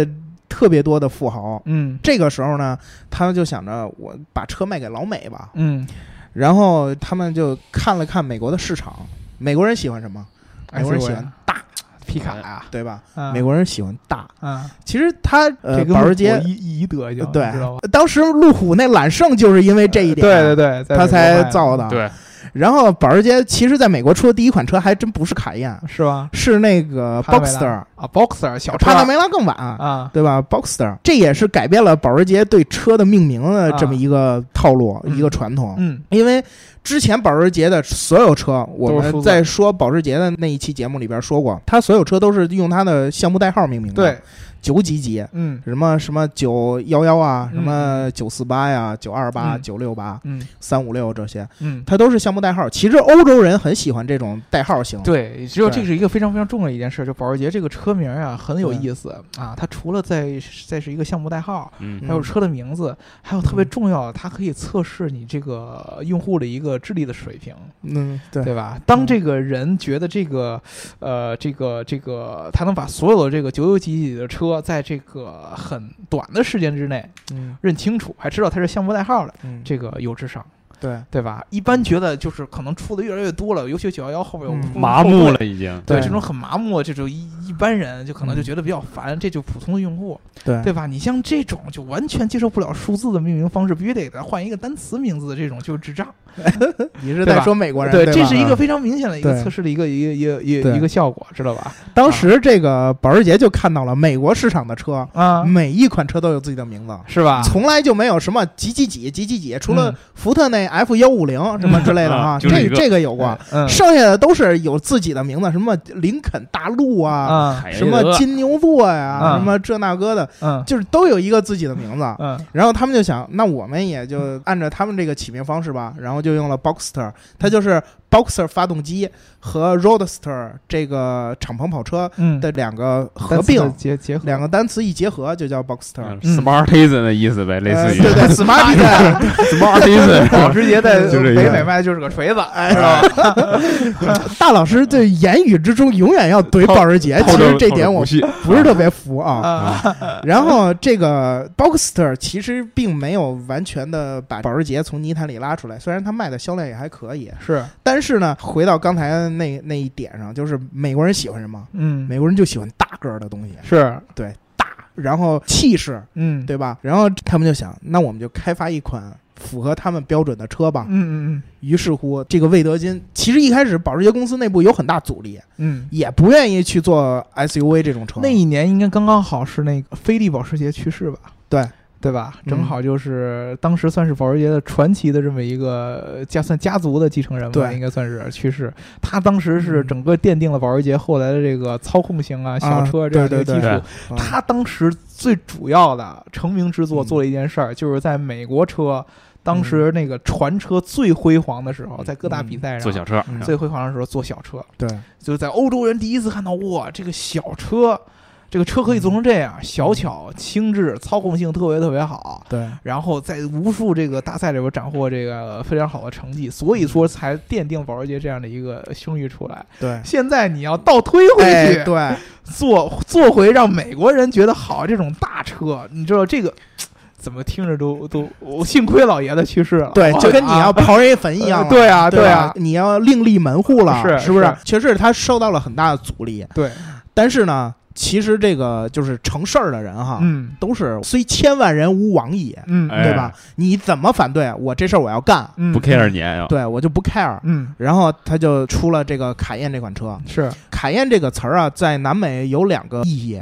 特别多的富豪。
嗯
这个时候呢，他们就想着我把车卖给老美吧，
嗯，
然后他们就看了看美国的市场，美国人喜欢什么？美国人喜欢大，
哎皮卡呀，
对吧？
啊
美国人喜欢大。
啊，
其实他呃，
这跟
保时捷
美国一一德行，你
对
知道吧？，
当时路虎那揽胜就是因为这一点，啊
对对对，在
他
美
才
国卖
造的。，
对，
然后保时捷其实在美国出的第一款车还真不是卡宴，
是吧？
是那个
帕拉梅拉
Boxster，
啊，Boxer 小车
帕拉梅拉更晚。
啊，
对吧？Boxster 这也是改变了保时捷对车的命名的这么一个套路，
啊嗯
一个传统。
嗯
因为之前保时捷的所有车，我
都是数
们
字
在说保时捷的那一期节目里边说过，它所有车都是用它的项目代号命名的，
对，
九几几，
嗯
什么什么九幺幺啊，
嗯
什么九四八呀、九二八、
嗯
九六八、
嗯
三五六这些，
嗯。
它都是项目代号。其实欧洲人很喜欢这种代号型，
对，只有
对
这是一个非常非常重要的一件事，就保时捷这个车名啊，很有
对
意思啊。它除了在在是一个项目代号，
嗯
还有
嗯
车的名字，还有特别
嗯
重要的，它可以测试你这个用户的一个智力的水平。
嗯，对
对吧？当这个人觉得这个，呃，这个这个，他能把所有的这个九九几几的车，在这个很短的时间之内
嗯
认清楚，还知道它是项目代号的，
嗯，
这个有智商。
对
对吧？一般觉得就是可能出的越来越多了，尤其九幺幺后边有
嗯
麻木，了已经。
对
对
这种很麻木，这种一一般人就可能就
嗯
觉得比较烦，这就普通的用户，
对
对吧？你像这种就完全接受不了数字的命名方式，必须得给它换一个单词名字的这种就是智障。
你是
对
在
吧
说美国人
对，
吧
这是一个
啊
非常明显的一个
对
测试的一个一个一个一个
对
一个效果，知道吧？
当时这个保时捷就看到了美国市场的车，
啊，
每一款车都有自己的名字。
是吧？
从来就没有什么几几几几几几，除了
嗯
福特那 F 幺五零什么之类的
嗯
啊，
就是
这
一个
这个有过，
嗯
剩下的都是有自己的名字，什么林肯大陆啊，
啊
海
什
耶德
么金牛座呀，
嗯
什么这那个的，
嗯
就是都有一个自己的名字。
嗯
然后他们就想，那我们也就按照他们这个起名方式吧，然后就用了 Boxster，它就是 Boxster 发动机和 Roadster 这个敞篷跑车
嗯，
的两个合
单词的
并，
结结合
两个单词一结合就叫 Boxster。
嗯
嗯
Smartisan 的意思呗，类
呃
似于
对对 ，Smart，
保
Smartisan。
时捷在
就这
北
样
美卖就是个锤子，哎，是吧？
大老师这言语之中永远要怼保时捷，
透
哎其
着
实这点我
透着不屑
不是特别服啊。
啊，
然后这个 Boxster 其实并没有完全的把保时捷从泥潭里拉出来，虽然它卖的销量也还可以，
是，
但是呢，回到刚才那那一点上，就是美国人喜欢什么？
嗯，
美国人就喜欢大个儿的东西，
是，
对，大，然后气势，
嗯，，
对吧？然后他们就想，那我们就开发一款符合他们标准的车吧。
嗯嗯
于是乎，这个魏德金其实一开始保时捷公司内部有很大阻力，
嗯嗯。
也不愿意去做 SUV 这种车。
那一年应该刚刚好是那个菲利保时捷去世吧？
对。
对吧？
嗯
正好就是当时算是保时捷的传奇的这么一个家算家族的继承人吧，
对
应该算是去世。他当时是
嗯
整个奠定了保时捷后来的这个操控型啊、小车
啊
这样的一个
对
基
对
础。
对
嗯
他当时最主要的成名之作
嗯
做了一件事儿，就是在美国车当时那个船车最辉煌的时候，
嗯
在各大比赛
坐
上
小车，
嗯
最辉煌的时候做小车，
对
就是在欧洲人第一次看到哇，这个小车，这个车可以做成这样，小巧轻质，操控性特别特别好。
对
然后在无数这个大赛里边斩获这个非常好的成绩，所以说才奠定保时捷这样的一个声誉出来。
对，
现在你要倒推回
哎
去，
对，
做做回让美国人觉得好这种大车，你知道这个怎么听着都都，我幸亏老爷子去世了，
对，
哇
就跟你要
啊
刨人一坟一样了、
呃对啊
对
对
吧
啊
你要另立门户了，
是
不
是
是？确实，他受到了很大的阻力，
对，
但是呢，其实这个就是成事儿的人哈，
嗯
都是虽千万人吾往也，
嗯，
哎
对吧？你怎么反对我这事儿我要干，
嗯
不 care 你啊，
对我就不 care。
嗯
然后他就出了这个卡宴这款车。
是
卡宴这个词儿啊，在南美有两个意义。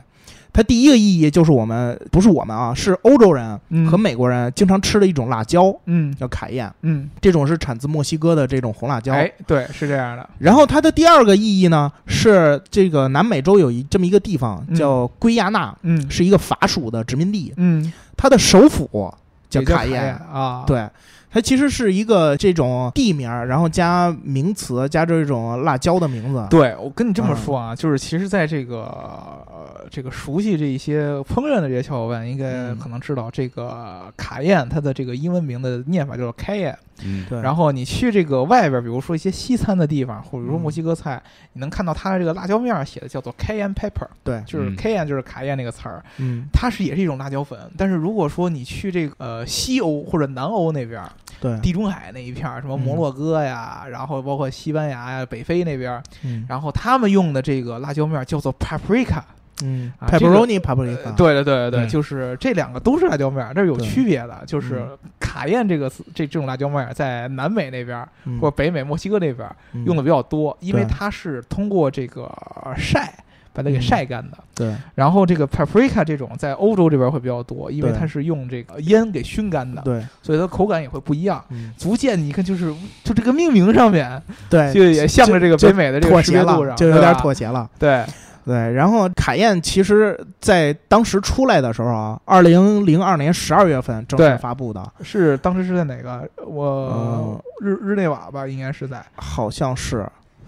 它第一个意义就是我们不是我们啊，是欧洲人
嗯
和美国人经常吃的一种辣椒，
嗯
叫卡宴。
嗯，
这种是产自墨西哥的这种红辣椒。
哎，对，是这样的，
然后它的第二个意义呢，是这个南美洲有一这么一个地方
嗯
叫圭亚那，
嗯
是一个法属的殖民地，
嗯，
它的首府叫
也叫
卡
卡
宴。
啊，，
对，它其实是一个这种地名儿，然后加名词，加这种辣椒的名字。
对我跟你这么
嗯
说啊，就是其实在这个、呃、这个熟悉这一些烹饪的这些小伙伴，应该
嗯
可能知道这个卡宴它的这个英文名的念法叫做开宴。
嗯，
对，
然后你去这个外边儿，比如说一些西餐的地方，或者说
嗯
墨西哥菜，你能看到它的这个辣椒面儿写的叫做 cayenne pepper，
对，
就是 cayenne 就是卡宴那个词儿，
嗯，
它是也是一种辣椒粉。但是如果说你去这个呃西欧或者南欧那边儿，
对，
地中海那一片儿，什么
嗯
摩洛哥呀，然后包括西班牙呀、北非那边儿，
嗯
然后他们用的这个辣椒面儿叫做 paprika。
嗯
啊这个
，pepperoni
呃
paprika，
对对对对，嗯
嗯
就是这两个都是辣椒面儿，这是有
对
区别的。就是卡宴这个词这这种辣椒面儿在南美那边儿
嗯，
或者北美墨西哥那边儿
嗯
用的比较多，因为
对
它是通过这个晒把它给
嗯
晒干的。
对，
然后这个 paprika 这种在欧洲这边会比较多，因为
对
它是用这个烟给熏干的，
对，
所以它口感也会不一样。
嗯，
足见你看，就是就这个命名上面，
对，
就也向着这个
哎就
北美的这
妥
个识
协
别度
了，
上，
就有点
对吧
妥协了。
对，
对，然后卡宴其实在当时出来的时候啊，二零零二年十二月份正
对
式发布的，
是当时是在哪个？我
嗯
日日内瓦吧，应该是在，
好像是，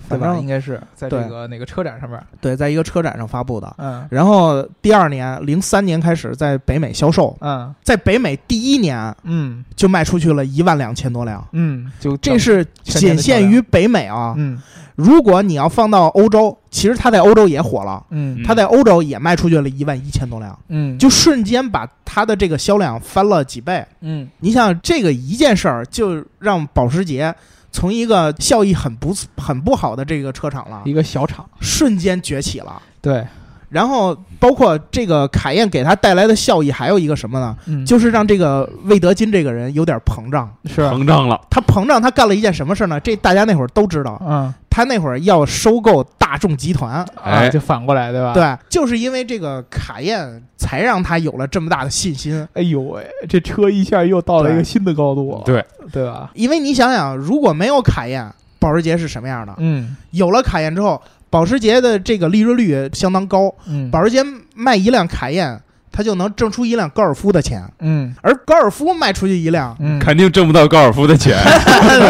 对
反
吧？
正
应该是在这
对
个哪个车展上面，
对，在一个车展上发布的。
嗯
然后第二年，零三年开始在北美销售，
嗯
在北美第一年
嗯
就卖出去了一万两千多辆，
嗯，就
这是
全年
仅
的销量
限于北美啊。
嗯
如果你要放到欧洲，其实它在欧洲也火了，
嗯
它在欧洲也卖出去了一万一千多辆，
嗯
就瞬间把它的这个销量翻了几倍。
嗯
你想，这个一件事儿就让保时捷从一个效益很不很不好的这个车厂了，
一个小厂，
瞬间崛起了。
对，
然后包括这个卡宴给他带来的效益，还有一个什么呢？
嗯
就是让这个魏德金这个人有点膨胀。
是
膨胀了，
他膨胀，他干了一件什么事儿呢？这大家那会儿都知道，
嗯
他那会儿要收购大众集团，
啊，
哎
就反过来对吧？，
对，就是因为这个卡宴才让他有了这么大的信心。
哎呦喂，这车一下又到了一个新的高
嗯
度，
对
对吧？
因为你想想，如果没有卡宴，保时捷是什么样的？
嗯
有了卡宴之后，保时捷的这个利润率相当高，
嗯
保时捷卖一辆卡宴，他就能挣出一辆高尔夫的钱，
嗯
而高尔夫卖出去一辆，
嗯，
肯定挣不到高尔夫 的钱。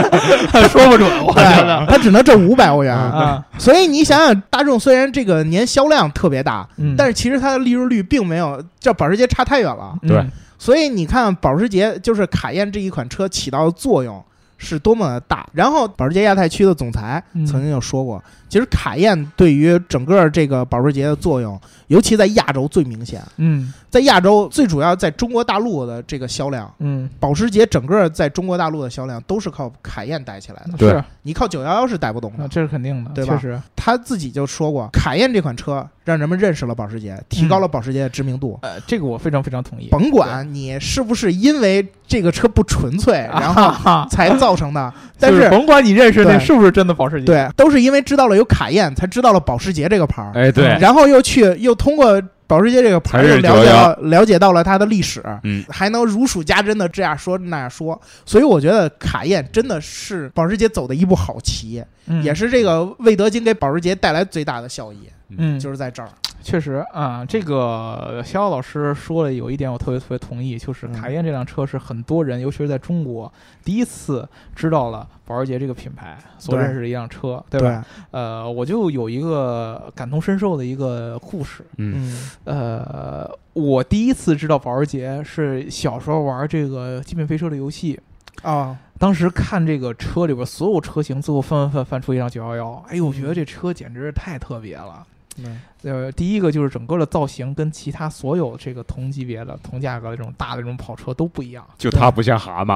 说不准，我觉得
对，他只能挣五百欧元。
啊，
所以你想想，大众虽然这个年销量特别大，
嗯
但是其实它的利润率并没有这保时捷差太远了。
嗯
对
所以你看，保时捷就是卡宴这一款车起到的作用是多么的大。然后，保时捷亚太区的总裁
嗯
曾经就说过，其实卡宴对于整个这个保时捷的作用，尤其在亚洲最明显。
嗯
在亚洲，最主要在中国大陆的这个销量，
嗯
保时捷整个在中国大陆的销量都是靠卡宴带起来的。
对
是，
你靠911是带不动
那
的。
这是肯定的，
对吧
啊确实，
他自己就说过，卡宴这款车让人们认识了保时捷，提
嗯
高了保时捷的知名度。
呃，这个我非常非常同意。
甭管你是不是因为这个车不纯粹，然后
后，
才造成的，
啊
但
就是
是
甭管你认识那
对
是不是真的保时捷，，
对，都是因为知道了有卡宴，才知道了保时捷这个牌儿，
哎，对，
然后又去又通过保时捷这个牌儿
还
又
是
了解
911
到了解到了它的历史，
嗯，
还能如数家珍的这样说那样说，所以我觉得卡宴真的是保时捷走的一步好棋，也
是，
是这个魏德金给保时捷带来最大的效益，
嗯，
就是在这儿，
确实啊，
嗯
这个逍遥老师说了有一点，我特别特别同意，就是
嗯
卡宴这辆车是很多人，尤其是在中国第一次知道了保时捷这个品牌所
对
认识的一辆车，对吧？
吧？
呃，我就有一个感同身受的一个故事。
嗯，
嗯
呃，我第一次知道保时捷是小时候玩这个《极品飞车》的游戏，
哦，
当时看这个车里边所有车型，最后翻翻翻翻出一辆九幺幺，哎呦，我觉得这车简直是太特别了。
嗯
呃，第一个就是整个的造型跟其他所有这个同级别的、同价格的这种大的这种跑车都不一样，
就他不像蛤蟆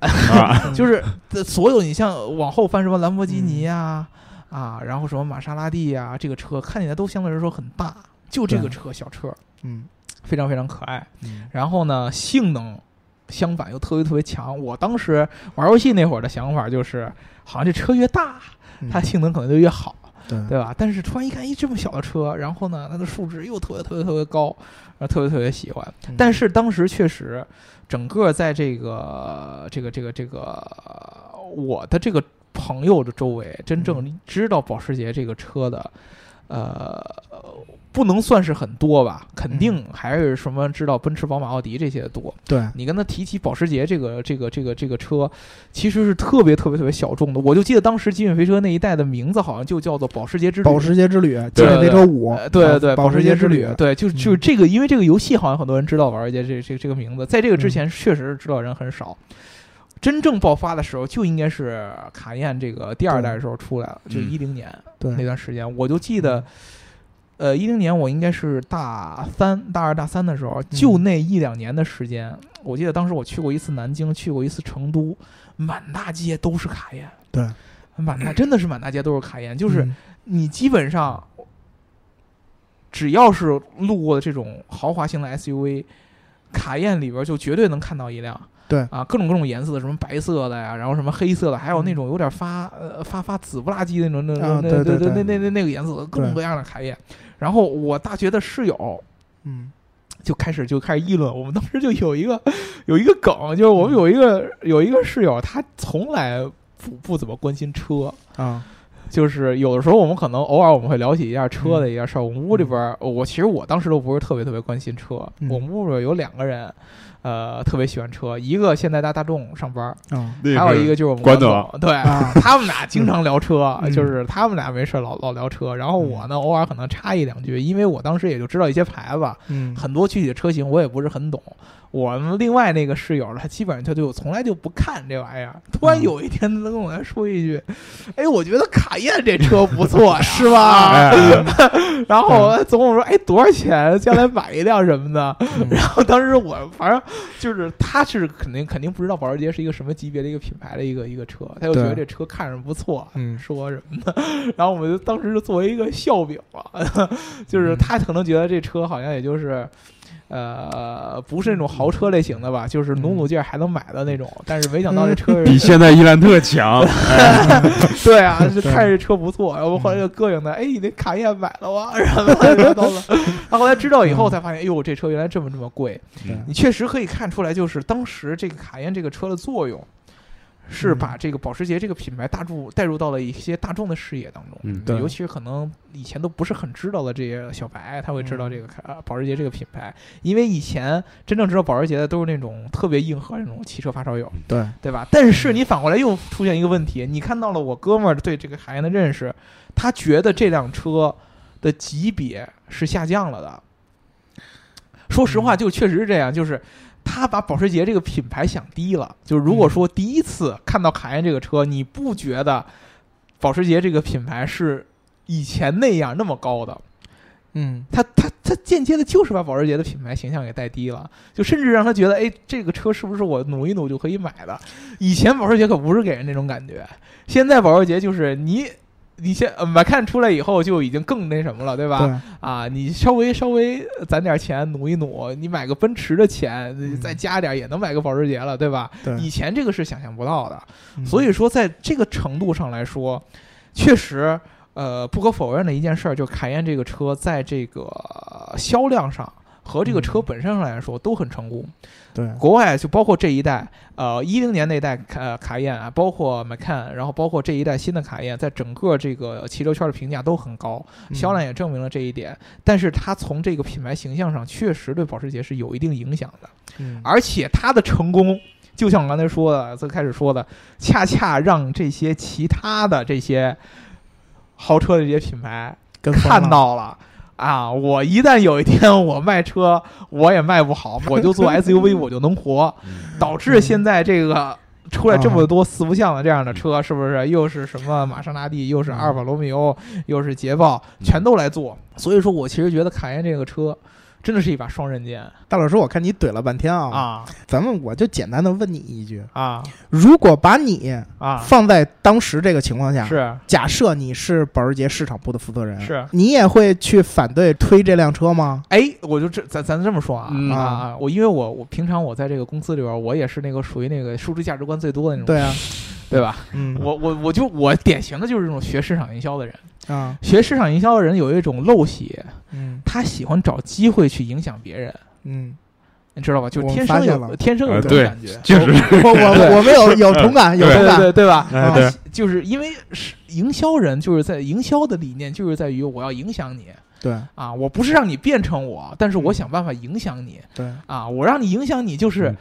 啊，
嗯
就是呃所有你像往后翻什么兰博基
嗯
尼啊、啊，然后什么玛莎拉蒂啊，这个车看起来都相对来说很大，就这个
对
车小车
嗯
非常非常可爱。
嗯
然后呢，性能相反又特别特别强。我当时玩游戏那会儿的想法就是，好像这车越大，
嗯，
它性能可能就越好。
对
对吧？但是突然一看，咦，这么小的车，然后呢，它的数值又特别特别特别高，然后特别特别喜欢。
嗯
但是当时确实，整个在这个这个这个这个呃我的这个朋友的周围，真正知道保时捷这个车的，呃，不能算是很多吧，肯定还是什么知道奔驰、宝马、奥迪这些的多。
对，
你跟他提起保时捷这个这个这个这个车，其实是特别特别特别小众的。我就记得当时极品飞车那一代的名字好像就叫做保时捷之旅。
保时捷之旅、极
对
品飞车五啊
呃，对对对，
保
时
捷
之
旅，
对，就是就是
嗯
这个，因为这个游戏好像很多人知道保时捷这这这个名字，在这个
嗯
之前确实知道的人很少。真正爆发的时候，就应该是卡宴这个第二代的时候出来了，就
嗯
一零年
对嗯
那段时间，我就记得，呃，一零年我应该是大三、大二、大三的时候，就
嗯
那一两年的时间，我记得当时我去过一次南京，去过一次成都，满大街都是卡宴，
对，
满大真的是满大街都是卡宴，就是
嗯
你基本上只要是路过的这种豪华型的 SUV，卡宴里边就绝对能看到一辆。
对
啊，各种各种颜色的，什么白色的呀，然后什么黑色的，还有那种有点发呃发发紫不拉几的那种那种
啊
那
对
那那
对对
那那那个颜色的，各种
对
各样的卡宴。然后我大学的室友
嗯
就开始就开始议论，我们当时就有一个 有一个梗，就是我们有一个有一个室友，他从来不不怎么关心车，
啊，
就是有的时候我们可能偶尔我们会聊起一下车的一件事儿。我们屋里边儿，我其实我当时都不是特别特别关心车。
嗯
我们屋里边有两个人，呃特别喜欢车，一个现在在大众上班，
嗯
那
还有一个就是我们
关
总，
总
对、
啊
他们俩经常聊车，
嗯
就是他们俩没事老老聊车，然后我呢偶尔可能插一两句，因为我当时也就知道一些牌子，
嗯
很多具体的车型我也不是很懂。我们另外那个室友，他基本上他就从来就不看这玩意儿。突然有一天，他跟我说一句：“哎，我觉得卡宴这车不错呀，是吧？”
哎哎
然后我总我说：“哎，多少钱？将来买一辆什么的？”
嗯
然后当时我反正就是，他是肯定肯定不知道保时捷是一个什么级别的一个品牌的一个一个车，他就觉
对
得这车看着不错，
嗯
说什么的，然后我们就当时就作为一个笑柄了， 就是他可能觉得这车好像也就是。呃，不是那种豪车类型的吧，就是努努劲儿还能买的那种，但是没想到这车
比
是，
现在伊兰特强，
对啊，就
对
看着这车不错，然后后来就膈应他，哎，你那卡宴买了吗？ 然后他就到了，他后来知道以后才发现，哎呦，这车原来这么这么贵，
嗯
你确实可以看出来，就是当时这个卡宴这个车的作用，是
嗯
把这个保时捷这个品牌大众带入到了一些大众的视野当中。
嗯，
对
尤其是可能以前都不是很知道的这些小白，他会知道
嗯
这个卡、呃保时捷这个品牌，因为以前真正知道保时捷的都是那种特别硬核那种汽车发烧友，
对，
对吧？但是你反过来又出现一个问题，你看到了我哥们儿对这个卡宴的认识，他觉得这辆车的级别是下降了的。说实话，就确实是这样，就是他把保时捷这个品牌想低了。就是如果说第一次看到卡宴这个车，你不觉得保时捷这个品牌是以前那样那么高的，
嗯
他他他间接的就是把保时捷的品牌形象给带低了，就甚至让他觉得，哎，这个车是不是我努一努就可以买的？以前保时捷可不是给人那种感觉，现在保时捷就是你。你先呃买看出来以后就已经更那什么了，对吧？
对，
啊，你稍微稍微攒点钱，努一努，你买个奔驰的钱，再加点也能买个保时捷了，对吧？
对
以前这个是想象不到的，
嗯
所以说在这个程度上来说，确实，呃，不可否认的一件事儿，就是凯宴这个车在这个呃销量上。和这个车
嗯
本身上来说都很成功，
对，
国外就包括这一代，呃，一零年那代卡呃卡宴啊，包括 Macan，然后包括这一代新的卡宴，在整个这个汽车圈的评价都很高，
嗯
销量也证明了这一点。但是它从这个品牌形象上确实对保时捷是有一定影响的，
嗯
而且它的成功，就像我刚才说的，最开始说的，恰恰让这些其他的这些豪车的这些品牌
跟风
看
了
到了。啊！我一旦有一天我卖车，我也卖不好，我就做 SUV，我就能活，导致现在这个出来这么多四不像的这样的车，是不是？又是什么玛莎拉蒂，又是阿尔法罗密欧，又是捷豹，全都来做。所以说我其实觉得卡宴这个车真的是一把双刃剑
大老师，我看你怼了半天啊，
啊
咱们我就简单的问你一句：
啊
如果把你
啊！
放在当时这个情况下，
是
假设你是保时捷市场部的负责人，
是
你也会去反对推这辆车吗？
哎，我就这咱咱这么说啊、
嗯
啊啊！我因为我我平常我在这个公司里边，我也是那个属于那个输出价值观最多的那种，
对啊，
对吧？
嗯，
我我我就我典型的就是这种学市场营销的人，
啊，
学市场营销的人有一种陋习，
嗯
他喜欢找机会去影响别人，
嗯，
你知道吧？就
我
是天
们发
生
现
有
了
天生有
呃
这种
对
感觉，
确实，
我我我们有有同感，
嗯
有
对对对
同感，
对吧？
哎
啊
对，
就是因为是营销人，就是在营销的理念就是在于我要影响你
对
啊，我不是让你变成我，但是我
嗯
想办法影响你
对，
啊，我让你影响你就是
嗯。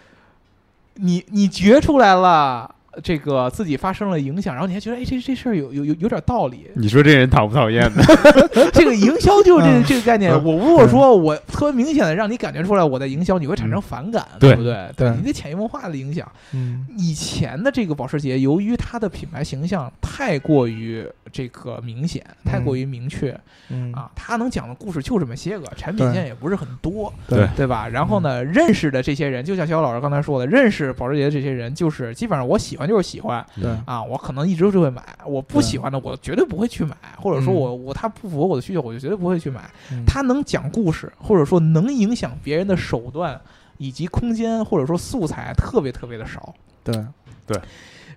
你你觉出来了。这个自己发生了影响，然后你还觉得哎，这这事儿有有有有点道理
你说这人讨不讨厌呢？
这个营销就是这个
嗯
这个概念。
嗯
我如果说我特别明显的让你感觉出来我在营销，你会产生反感，对
对
不对？
对
你得潜移默化的影响。
嗯
以前的这个保时捷，由于它的品牌形象太过于这个明显，太过于明确、
嗯
啊，它能讲的故事就这么些个，产品
对
线也不是很多，
对
对吧？然后呢，
嗯
认识的这些人，就像肖老师刚才说的，认识保时捷的这些人，就是基本上我喜欢就是喜欢
对
啊，我可能一直就会买，我不
对
喜欢的我绝对不会去买，或者说
嗯
我我它不符合我的需求，我就绝对不会去买。
嗯
他能讲故事，或者说能影响别人的手段以及空间，或者说素材特别特别的少。
对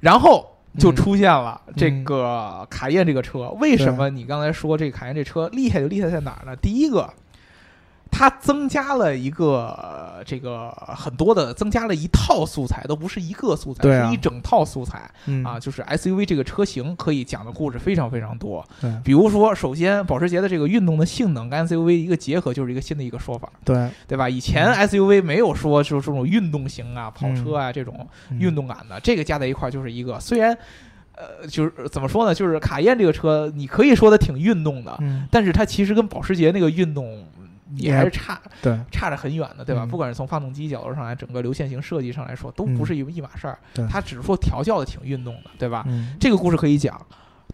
然后就
嗯
出现了这
嗯
个卡宴这个车。为什么你刚才说这个卡宴这车厉害就厉害在哪儿呢？第一个，它增加了一个呃这个很多的，增加了一套素材，都不是一个素材，
对啊
是一整套素材
嗯
啊。，就是 SUV 这个车型可以讲的故事非常非常多。
对
比如说，首先保时捷的这个运动的性能跟 SUV 一个结合，就是一个新的一个说法，
对，
对吧？以前 SUV 没有说就是这种运动型啊、跑车啊这种
嗯嗯
运动感的，这个加在一块儿就是一个。虽然，呃，就是怎么说呢，就是卡宴这个车，你可以说它挺运动的，
嗯，
但是它其实跟保时捷那个运动也
也
还是差
对
差着很远的，对吧？
嗯
不管是从发动机角度上来，整个流线型设计上来说，都
嗯
不是一一码事儿。
对
它只是说调教的挺运动的，对吧？
嗯，
这个故事可以讲，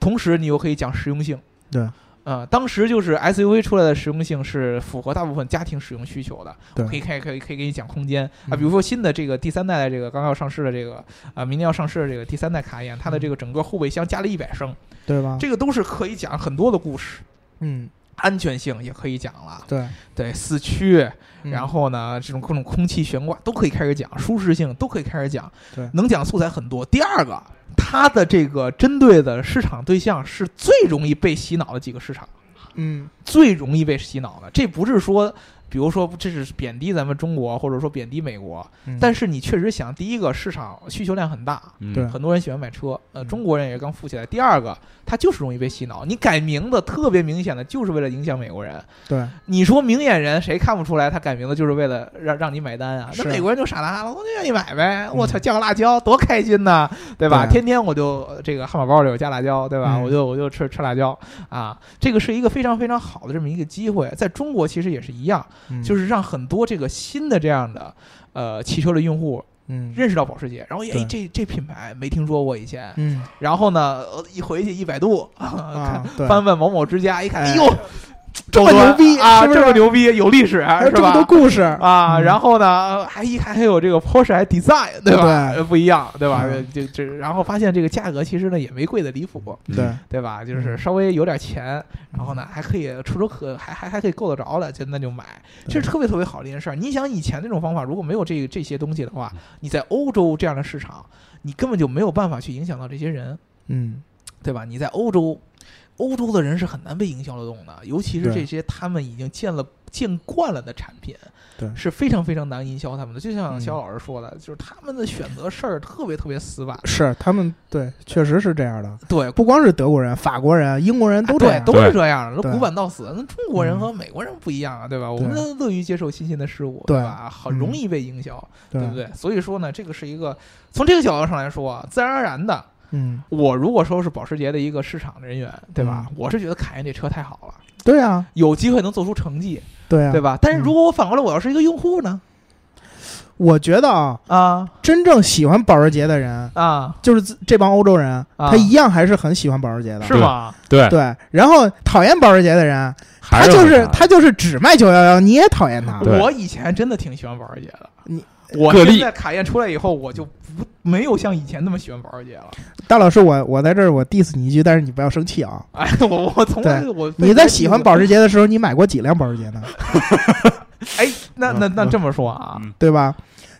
同时你又可以讲实用性。
对。
呃，当时就是 SUV 出来的实用性是符合大部分家庭使用需求的，
对
可以可以可以可以给你讲空间啊，
嗯
比如说新的这个第三代的这个刚要上市的这个啊，明年要上市的这个第三代卡宴，它的
嗯
这个整个后备箱加了一百升，
对吧？
这个都是可以讲很多的故事，
嗯，
安全性也可以讲了，
对，
对四驱，
嗯
然后呢，这种各种空气悬挂都可以开始讲，舒适性都可以开始讲，
对
能讲的素材很多。第二个，它的这个针对的市场对象是最容易被洗脑的几个市场，
嗯，
最容易被洗脑的。这不是说，比如说这是贬低咱们中国，或者说贬低美国，
嗯
但是你确实想，第一个市场需求量很大，
嗯
对
很多人喜欢买车，呃，
嗯
中国人也是刚富起来。第二个，它就是容易被洗脑，你改名字特别明显的就是为了影响美国人。
对，
你说明眼人谁看不出来他改名字就是为了让让你买单啊？那
是嗯
美国人就傻大了，我就愿意买呗，我操，加个辣椒多开心呐，对吧？
对
天天我就呃这个汉堡包里有加辣椒，对吧？
嗯
我就我就吃吃辣椒啊，这个是一个非常非常好的这么一个机会，在中国其实也是一样，
嗯
就是让很多这个新的这样的呃汽车的用户
嗯
认识到保时捷，然后哎
对
这这品牌没听说过以前，
嗯
然后呢呃一回去一百度
啊，对，
翻翻某某之家，一看，
哎
哎呦，
这么
端
牛逼
啊，
是不是
这么牛逼，有历史
还
是
有哎这么多
吧？
故事，
啊，
嗯
然后呢，还一看还有这个 Porsche 还 design 对吧？呃
对
不一样对吧
嗯？
这这，然后发现这个价格其实呢也没贵的离谱，
对，
对吧？就
嗯
是稍微有点钱，然后呢还可以触手可还还还可以够得着了，就那就买，
对
这是特别特别好的一件事儿。你想以前那种方法，如果没有这这些东西的话，
嗯
你在欧洲这样的市场，你根本就没有办法去影响到这些人。
嗯，
对吧？你在欧洲，欧洲的人是很难被影响得动的，尤其是
对
这些他们已经见了、见惯了的产品，
对
是非常非常难营销他们的。就像
嗯
肖老师说的，就是他们的选择事儿特别特别死板，
是他们对，确实是这样的，
对。
不光是德国人、法国人、英国人都这
啊对，
样，
都是这样的，
对嗯
都古板到死。那中国人和美国人不一样啊，对吧？我们乐于接受新鲜的事物，
对嗯
吧？很容易被影响，
对
对不？对？所以说呢，这个是一个从这个角度上来说啊，自然而然的，
嗯，
我如果说是保时捷的一个市场人员，对吧？我是觉得凯宴这车太好了，
对啊，
有机会能做出成绩，
对啊，
对吧？但是
嗯
如果我反过来，我要是一个用户呢？
我觉得啊，
啊
真正喜欢保时捷的人，
啊，
就是自这帮欧洲人，他一样还是很喜欢保时捷的，
是吗？
对，
对。然后讨厌保时捷的人，
还
他就是
很
他就是只卖九幺幺，你也讨厌他，
对
我以前真的挺喜欢保时捷的，
你
我
个例
现在卡宴出来以后，我就不没有像以前那么喜欢保时捷了。
大老师，我我在这儿我 diss 你一句，但是你不要生气啊！
哎，我我从来我
你在喜欢保时捷的时候，你买过几辆保时捷呢？
哎，那那那
嗯
这么说啊
嗯
对吧？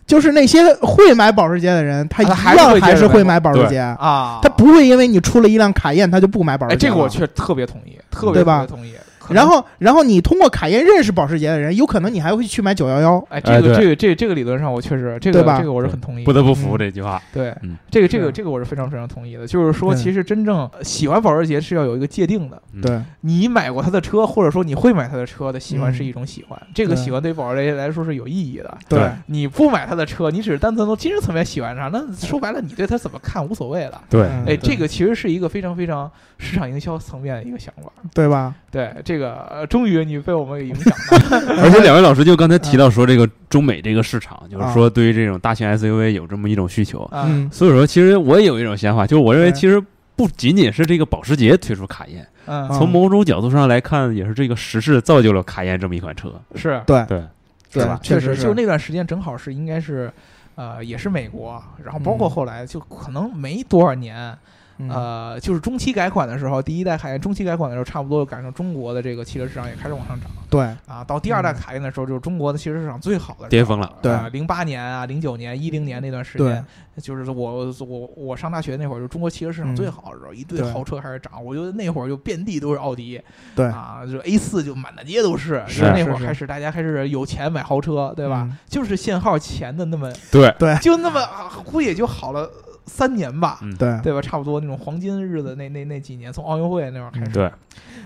就是那些会买保时捷的人，他一
啊还是
样
会接
还是
着
会
买
买保时捷，
啊，
他不会因为你出了一辆卡宴，他就不买保
哎，
时捷
这
了。
个我确特别同意，特别
对
特
吧
别同意。可能
然后，然后你通过卡宴认识保时捷的人，有可能你还会去买九幺幺。
哎，这
哎
个
对
这个这个这个理论上，我确实这
对
个
吧
这个我是很同意
不
的。
得不服
嗯
这句话。
对
嗯，
这个这个
是啊
这个我是非常非常同意的。就是说，
对
其实真正喜欢保时捷是要有一个界定的。
嗯
对
你买过他的车，或者说你会买他的车的喜欢
嗯
是一种喜欢，这个
对
喜欢对保时捷来说是有意义的。
对
对
你不买他的车，你只是单纯从精神层面喜欢他，那说白了，你对他怎么看无所谓了。
对，
嗯
哎，
对
这个其实是一个非常非常市场营销层面的一个想法。
对吧？
对，这个呃终于你被我们给影响 到了。
而且两位老师就刚才提到说，这个中美这个市场，
啊
就是说对于这种大型 SUV 有这么一种需求。
啊
嗯，
所以说，其实我也有一种想法，就是我认为
对
其实不仅仅是这个保时捷推出卡宴，
嗯，
啊
从某种角度上来看，也是这个时势造就了卡宴这么一款车。
是
对
对，
对
是吧？
确实
实，就是那段时间正好是应该是，呃，也是美国，然后包括
嗯
后来就可能没多少年，
嗯
呃，就是中期改款的时候，第一代卡宴中期改款的时候，差不多赶上中国的这个汽车市场也开始往上涨
对，
啊。到第二代卡宴的时候，就是中国的汽车市场最好的时候
巅峰了
嗯对
零八年啊，零九年、一零年那段时间，就是我我我上大学那会儿，就是中国汽车市场最好的时候，一堆
嗯对
豪车开始涨。我觉得那会儿就遍地都是奥迪，
对
啊，就 A 四就满大街都是。
是
因为那会儿
是是
开始大家开始有钱买豪车，对吧？
嗯
就是限号前的那么
对，
就那么啊估计也就好了三年吧，
嗯
对，
对吧？差不多那种黄金日子那那那几年，从奥运会那会儿开始
嗯
对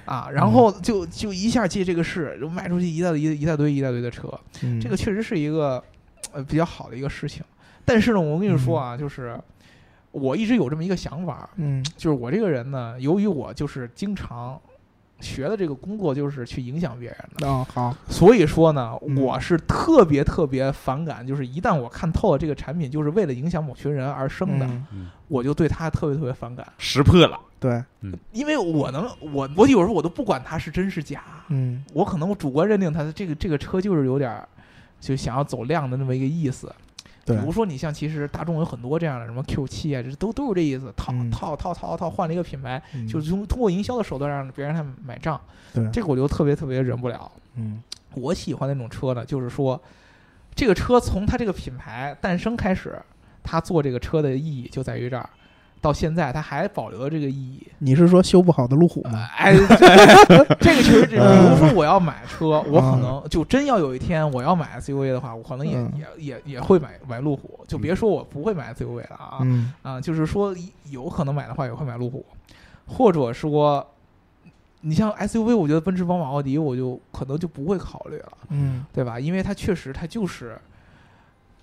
啊，然后就就一下借这个势，就卖出去一大一一大堆一大堆的车，
嗯
这个确实是一个呃比较好的一个事情。但是呢，我跟你说啊，就是我一直有这么一个想法，
嗯
就是我这个人呢，由于我就是经常。学的这个工作就是去影响别人的，
哦好，
所以说呢，
嗯
我是特别特别反感，就是一旦我看透了这个产品就是为了影响某群人而生的，
嗯
我就对他特别特别反感，
识破了，
嗯
对，
因为我能我我有时候我都不管它是真是假，
嗯
我可能我主观认定它的这个这个车就是有点儿就想要走量的那么一个意思。比
对，
如说你像其实大众有很多这样的什么 Q 七啊，这都都是这意思，套
嗯
套套套套换了一个品牌，
嗯
就是通通过营销的手段让别人来买账，
对，
这个我就特别特别忍不了。
嗯
我喜欢那种车呢，就是说，这个车从它这个品牌诞生开始，它做这个车的意义就在于这儿，到现在它还保留了这个意义。
你是说修不好的路虎
呃
吗？
哎， 这个确实是，比
嗯
如说我要买车，我可能就真要有一天我要买 SUV 的话，我可能也、
嗯
也也也会买买路虎，就别说我不会买 SUV 了啊、
嗯
啊，就是说有可能买的话也会买路虎，或者说。你像 SUV，我觉得奔驰、宝马、奥迪，我就可能就不会考虑了。
嗯
对吧？因为它确实它就是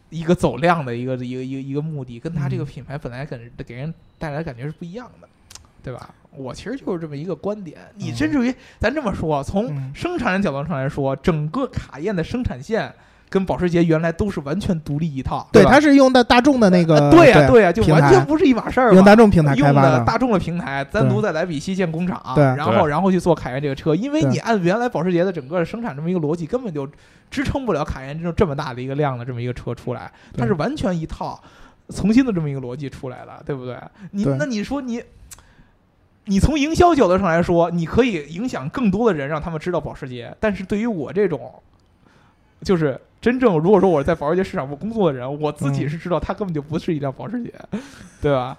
一个走量的一个一个一个一个目的，跟它这个
嗯
品牌本来给人给人带来的感觉是不一样的，对吧？我其实就是这么一个观点。你
嗯
真至于咱这么说，从
嗯
生产人角度上来说，整个卡宴的生产线跟保时捷原来都是完全独立一套，
对，
吧
它是用的大众的那个
呃对呀、
呀
对呀、就
平
完
台
全不是一码事儿
用
嘛。
大众平台开
用
发
的
的，
大众的平台，单独再来比西建工厂，
对
然后
对
然后去做凯宴这个车，因为
对
你按原来保时捷的整个生产这么一个逻辑，根本就支撑不了凯宴这种这么大的一个量的这么一个车出来，
对
它是完全一套重新的这么一个逻辑出来了，对不对？你
对
那你说你。你从营销角度上来说，你可以影响更多的人，让他们知道保时捷。但是对于我这种，就是真正如果说我是在保时捷市场部工作的人，我自己
嗯
是知道它根本就不是一辆保时捷，对吧？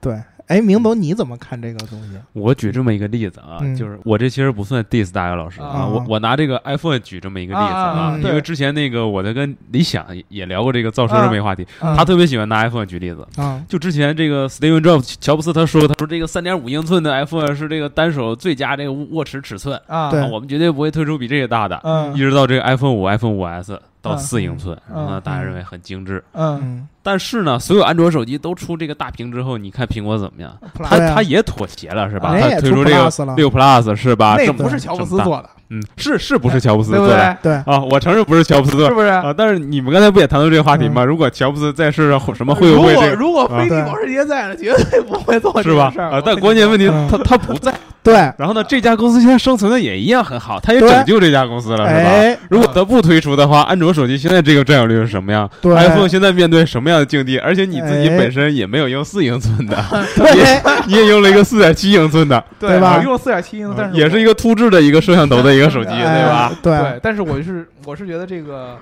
对。哎，明总，你怎么看这个东西？
我举这么一个例子啊，
嗯
就是我这其实不算 diss 大姚老师
啊
我我拿这个 iPhone 举这么一个例子
啊
啊
因
对
为之前那个我在跟李想也也聊过这个造车这么一个话题，
嗯
他特别喜欢拿 iPhone 举例子。
啊，
就之前这个 Steven Jobs 乔布斯他说，他说这个三点五英寸的 iPhone 是这个单手最佳这个握持尺寸，
啊，
对
啊我们绝对不会推出比这个大的。
嗯
一直到这个 iPhone 五、iPhone 五 S 到
嗯
四英寸，
嗯
然后呢，大家认为很精致。
嗯，
嗯，
但是呢，所有安卓手机都出这个大屏之后，你看苹果怎么样？它
对啊
它也妥协了，是吧？
哎
人
它
也
推
出
出这个
Plus 了
六 Plus 是吧？
那
这
不
么
是乔布斯做的，
嗯，是是不是乔布斯
对不
做
对？
的？
对，
啊，我承认不是乔布斯做
是
的
不是？
啊，但是你们刚才不也谈论这个话题吗？如果乔布斯在世上，什么会不会
如果
这个啊
如果菲利
对
保时捷在了，绝对不会做这
是
种
吧
事？儿。
啊，
我
但
跟
关
你
键问题
嗯
他他不在，
对，
然后呢，这家公司现在生存的也一样很好，他也
对
拯救这家公司了，是吧？
哎，
如果它不推出的话，安卓手机现在这个占有率是什么样
对
？iPhone 现在面对什么样的境地？而且你自己
哎
本身也没有用四英寸的，
对，
你也用了一个四点七英寸的，
对啊
对吧
哎我用了四点七英寸，但是
嗯也是一个凸质的一个摄像头的一个手机，
哎
对吧？
对
对，但是我是我是觉得这个。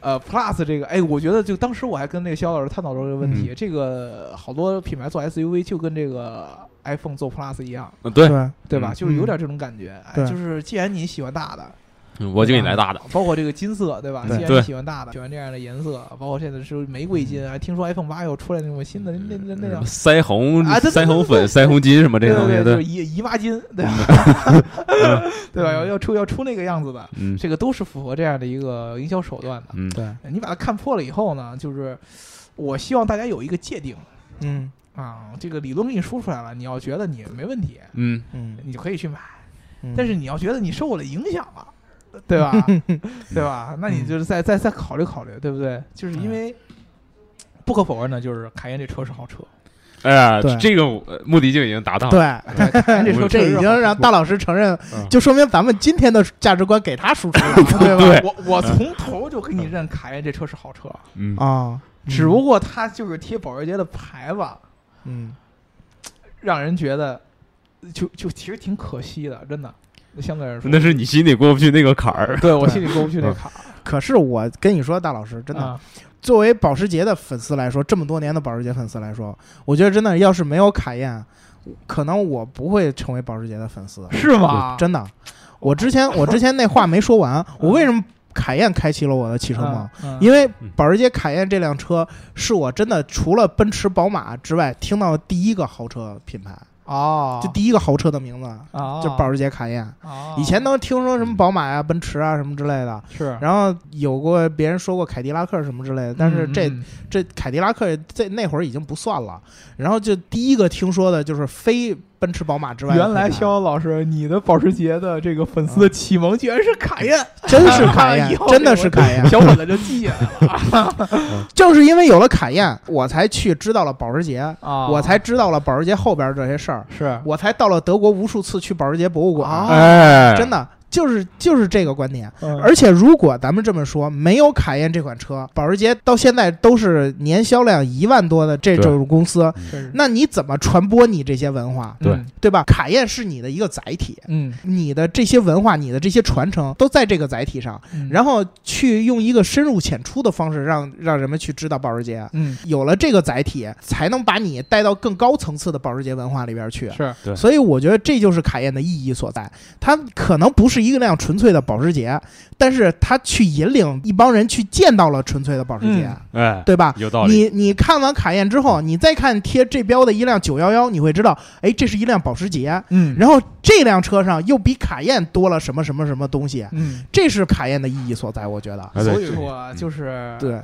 呃，Plus 这个，哎，我觉得就当时我还跟那个肖老师探讨过这个问
嗯
题。这个好多品牌做 SUV 就跟这个 iPhone 做 Plus 一样，
嗯对，
对，
对吧？
嗯
就是有点这种感觉。哎
对
就是既然你喜欢大的，
我就给你来大的，
包括这个金色，对吧？
对
既然
对嗯
你喜欢大的，喜欢这样的颜色，包括现在是玫瑰金，还听说 iPhone 八又出来那种新的那那那那
什
样
么。腮红
啊对对、
腮红
对对对
粉、腮红金什么这
对
些东
对
西，
对，就是
对，
姨姨妈巾，对吧？ 对吧？要要出要出那个样子的，
嗯
这个都是符合这样的一个营销手段的。哎
嗯，
对，
你把它看破了以后呢，就是我希望大家有一个界定
嗯
啊，这个理论给你说出来了，你要觉得你没问题，
嗯，
嗯，
你就可以去买；
嗯
但是你要觉得你受我的影响了， 嗯对吧？对吧？那你就是再再再考虑考虑，对不对？就是因为不可否认的，就是凯宴这车是好 车，
哎呀
对，
这个我呃目的就已经达到了，
对。
对，凯宴这车
我
这
确实是
已
好
经
车
让大老师承认
嗯，
就说明咱们今天的价值观给他输出了，对吧？
对
我我从头就给你认凯宴这车是好车，
嗯，
啊，
只不过它就是贴保时捷的牌子，
嗯，
让人觉得就就其实挺可惜的，真的。相对来说，
那是你心里过不去那个坎儿。
对我心 里过不去
嗯
那坎儿，
可是我跟你说，大老师，真的，
啊
作为保时捷的粉丝来说，这么多年的保时捷粉丝来说，我觉得真的要是没有卡宴，可能我不会成为保时捷的粉丝。
是吗？
真的，我之前我之前那话没说 完，我为什么卡宴开启了我的汽车梦？
嗯？嗯
因为保时捷卡宴这辆车是我真的除了奔驰、宝马之外听到的第一个豪车品牌，
哦，
就第一个豪车的名字
啊，
就保时捷卡宴。
哦
以前都听说什么宝马呀、奔驰啊什么之类的，
是，
然后有过别人说过凯迪拉克什么之类的，但是这
嗯
这凯迪拉克这那会儿已经不算了。然后就第一个听说的就是非奔驰、宝马之外的品
原
牌，
来逍遥老师，你的保时捷的这个粉丝的启蒙居然是凯宴，
真 是卡
以
宴
后，
真的是卡宴，
小伙子就记下来了
就是因为有了卡宴，我才去知道了保时捷，
啊，
我才知道了保时捷后边这些事儿，
是
我才到了德国无数次去保时捷博物馆，
啊
哎，
真的就是就是这个观点。
嗯
而且，如果咱们这么说，没有卡宴这款车，保时捷到现在都是年销量一万多的这种公司，
真是
那你怎么传播你这些文化，
对
嗯
对吧？卡宴是你的一个载体，
嗯，
你的这些文化，你的这些传承都在这个载体上，
嗯
然后去用一个深入浅出的方式让让人们去知道保时捷。
嗯
有了这个载体，才能把你带到更高层次的保时捷文化里边去。
是
对
所以我觉得这就是卡宴的意义所在。它可能不是一辆纯粹的保时捷，但是它去引领一帮人去见到了纯粹的保时捷，
嗯
哎，
对吧？
有道
你
理。
你看完卡宴之后，你再看贴这标的一辆九幺幺，你会知道，哎，这是一辆保时捷。
嗯，
然后这辆车上又比卡宴多了什么什么什么东西，
嗯，
这是卡宴的意义所在，我觉得。
哎对
所以说啊，
嗯
就是
对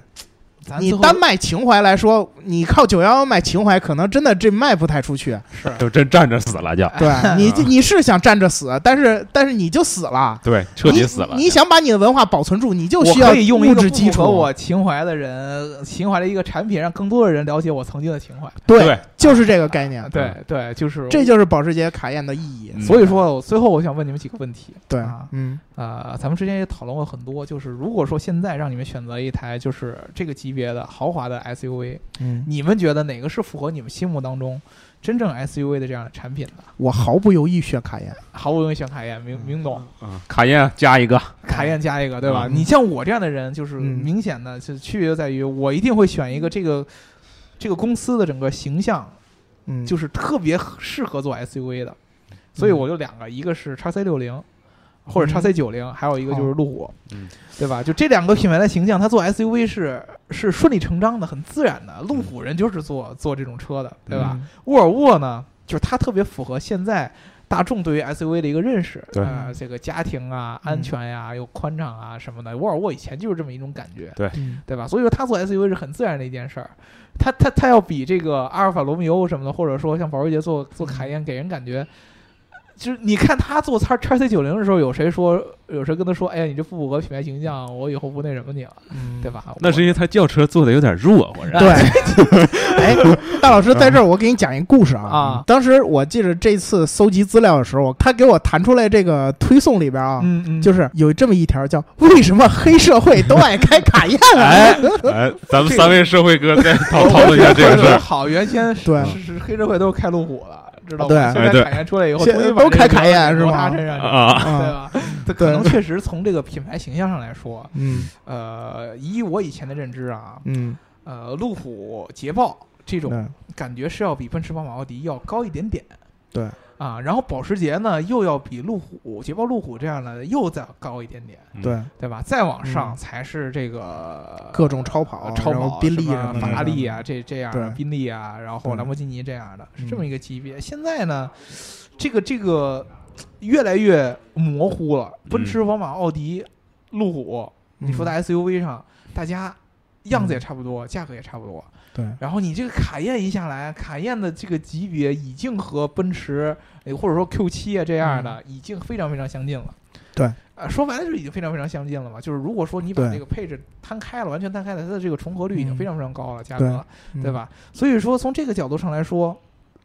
咱
你
最后
单卖情怀来说，你靠九幺幺卖情怀，可能真的这卖不太出去。
是
就真站着死了就，
对你，你是想站着死，但是但是你就死了，
对，彻底死了
你。。你想把你的文化保存住，你就
我
需要
可以用一
物
个
质
不
基
符合
础。
我情怀的人，情怀的一个产品，让更多的人了解我曾经的情怀。
对
对，
就是这个概念。
对对，就是
嗯这就是保时捷卡宴的意义。
嗯
所以说，我最后我想问你们几个问题。
对
啊，
嗯
呃，咱们之前也讨论过很多，就是如果说现在让你们选择一台就是这个级别的豪华的 SUV，
嗯，
你们觉得哪个是符合你们心目当中真正 SUV 的这样的产品的？
我毫不犹豫选卡宴。
毫不犹豫选凯宴，明明总，
嗯卡宴加一个，
凯宴加一个，对吧？
嗯
你像我这样的人，就是
嗯
明显的，就区别就在于我一定会选一个这个这个公司的整个形象，
嗯，
就是特别适合做 SUV 的，所以我就两个，一个是 x C 六零。或者
嗯
x C 九零，还有一个就是路虎，
嗯
对吧？就这两个品牌的形象，它做 SUV 是是顺理成章的，很自然的。路虎人就是做做这种车的，对吧？
嗯？
沃尔沃呢，就是它特别符合现在大众对于 SUV 的一个认识，
对
呃，这个家庭啊、
嗯
安全呀、又宽敞啊什么的。沃尔沃以前就是这么一种感觉，
嗯
对吧？所以说它做 SUV 是很自然的一件事儿，它它它要比这个阿尔法罗密欧什么的，或者说像保时捷做做卡
嗯
宴，给人感觉。就是你看他做叉叉 C 九零的时候，有谁说有谁跟他说，哎呀，你这不符合品牌形象，我以后不那什么你了，
嗯
对？吧？
那是因为他轿车做的有点弱，我认为。
对，哎，大老师在这儿，我给你讲一个故事啊。
嗯啊
当时我记得这次搜集资料的时候，他给我弹出来这个推送里边啊
我，嗯嗯，
就是有这么一条叫“为什么黑社会都爱开卡宴
哎哎，咱们三位社会哥再 讨讨论一下这个事儿。
好，原先是
对
是是黑社会都是开路虎了，知道吗？
对
现
哎
在
对
凯宴出来以后，
现
终于把
都
这
开
个
凯宴是
挪
吗
他身上去了
啊，
对吧？
啊？
这 可能确实从这个品牌形象上来说，
嗯
呃，以我以前的认知啊，
嗯，
呃，路虎、捷豹这种
对
感觉是要比奔驰、宝马、奥迪要高一点点。
对
啊，然后保时捷呢又要比路虎、捷豹、路虎这样的又再高一点点，
对，
对吧？再往上
嗯
才是这个呃
各种超跑、
超
然
跑
后、宾利
什
什
么
么
法拉
的嗯
利啊，，这这样的
对
宾利啊，然后
对
兰博基尼这样的，是
嗯
这么一个级别。现在呢，这个这个越来越模糊了。奔驰、宝马、奥迪、路虎，
嗯
你说在 SUV 上，大家样子也差不多，价格也差不多。
对，
然后你这个卡宴一下来，卡宴的这个级别已经和奔驰呃或者说 Q 七啊这样的、已经非常非常相近了。
嗯对，
呃，说白了就是已经非常非常相近了嘛。就是如果说你把
对
这个配置摊开了，完全摊开了，它的这个重合率已经
嗯
非常非常高了，价格了，
嗯
对？吧？所以说从这个角度上来说，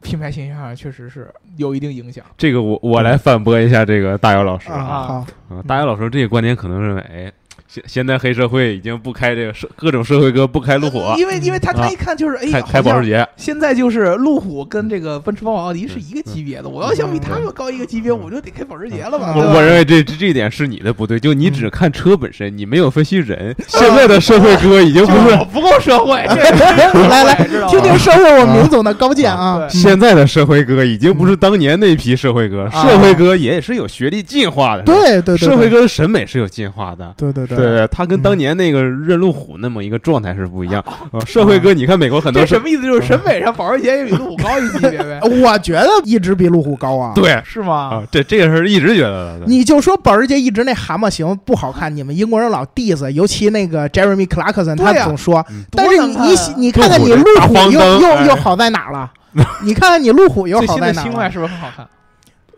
品牌形象上确实是有一定影响。
这个我我来反驳一下这个大姚老 师呃
啊，好，
嗯大姚老师这个观点可能认为，哎，现现在黑社会已经不开这个社各种社会哥不开路虎，
因为因为他他一看就是哎，
啊开
好
开保
像
时捷，
现在就是路虎跟这个奔驰、宝马、奥迪是一个级别的，我要想比他们高一个级别，
嗯
我就得开保时捷了吧？
嗯
我
对吧
我认为这这这一点是你的不对，就
嗯
你只看车本身，你没有分析人。
嗯
现在的社会哥已经不
就是
是
我不够社会，
来来，听
听
听社会我们明总的高见啊
啊！
嗯
现在的社会哥已经不是当年那批社会哥，
嗯啊
社会哥也是有学历进化的，
对对对，
社会哥的审美是有进化的。
对对对
对，他跟
嗯
当年那个任路虎那么一个状态是不一 样。呃社会哥，你看美国很多
这什
社
么意思？就是审美上保时捷也比路虎高一级别 呗？
我觉得一直比路虎高啊。
对
是吗
啊？，这这个是一直觉得的。
你就说保时捷一直那蛤蟆型不好看，你们英国人老 diss，尤其那个 Jeremy Clarkson，
对啊
他
呀
总说
嗯。
但是你你喜
啊
你看看你
路
路
虎大
虎
黄
又
灯
又
哎
又好在哪 儿了？你看看你路虎又
最
好
新
在
的
哪儿啊
星
了
迈？是不是很好看？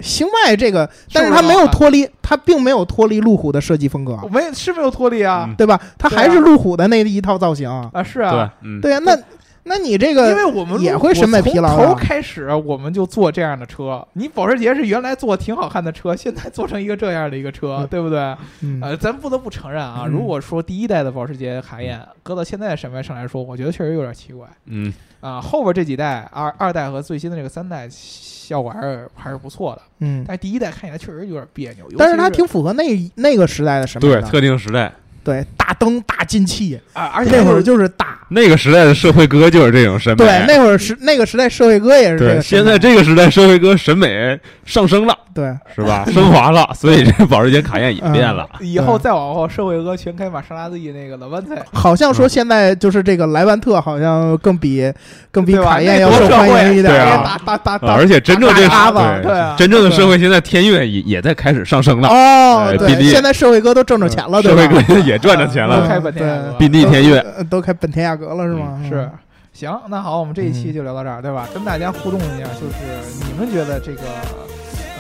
星迈这个，
是
但
不
是
是
它没有
好看
脱离，它并没有脱离路虎的设计风格，
我没是没啊有脱离啊
嗯
对吧？它
对
还
啊
是路虎的那一套造型啊。
啊是
对
啊，，
嗯，
对呀，那那你这个
因为我们
也
路
会
虎
审美疲劳啊
从头
的
开始我们就做这样的车。你保时捷是原来做挺好看的车，现在做成一个这样的一个车
嗯，
对不对？
嗯
呃，咱不得不承认啊，
嗯
如果说第一代的保时捷卡宴搁到现在的审美上来说，我觉得确实有点奇怪
嗯，
啊。后边这几代二二代和最新的这个三代效果还是还是不错的，
嗯，
但是第一代看起来确实有点别扭。尤
但
其
是
是
它挺符合那那个时代的审美
对，
的，
特定时代，
对，大灯大 进气，
啊，而且
那会
就
儿
是
就是大，
那个时代的社会哥就是这种审美。
对，那会儿是那个时代社会哥也是这
对，
个
现
审美，
在这个时代社会哥审美上升了，
对，
是 吧？升华了，所以这保时捷卡宴也
嗯
变了。
以后再往后，社会哥全开玛莎拉蒂那个老万菜，
好像
嗯
说现在就是这个莱万特好像更比更比
对吧
卡宴要
那
受
多社
欢
会
迎一点
对
儿，
啊
大大大
啊
大
而且真正这
大喇叭
对啊
真正的社会现在天悦也也在开始上升了，
哦，
哎
对，
BD
现在社会哥都挣着钱了，对
社会
吧？嗯
哥也赚着钱
都
了，
啊
嗯
开本田雅阁
宾利天嗯悦，
呃都开本田雅阁了是吗？嗯
是。行，那好，我们这一期就聊到这儿，对吧？跟大家互动一下，就是你们觉得这个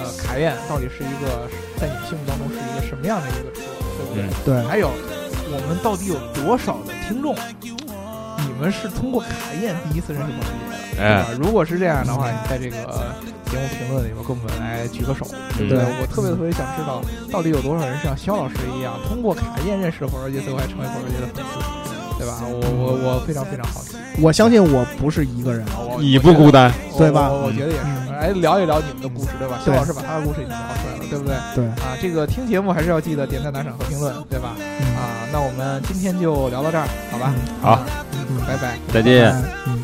呃卡宴到底是一个在你们心目当中是一个什么样的一个车，对不对？
嗯
对，
还有我们到底有多少的听众，你们是通过卡宴第一次认识保时捷的？对吧
哎，
如果是这样的话，你在这个节目评论里面跟我们来举个手，对不对？
对
我特别特别想知道，到底有多少人像肖老师一样，通过卡宴认识了保时捷，最后还成为保时捷的粉丝，对吧？我我我非常非常好奇。啊
我相信我不是一个人，
我
你不孤，单，
我
对吧
我我我觉得也
嗯
是。哎，聊一聊你们的故事，对吧？肖
对
老师把他的故事已经聊出来了，对不对？
对，
啊，这个听节目还是要记得点赞、打赏和评论，对吧？
嗯
啊啊，那我们今天就聊到这儿，好吧？
嗯
好
嗯，拜拜。
再见。
嗯。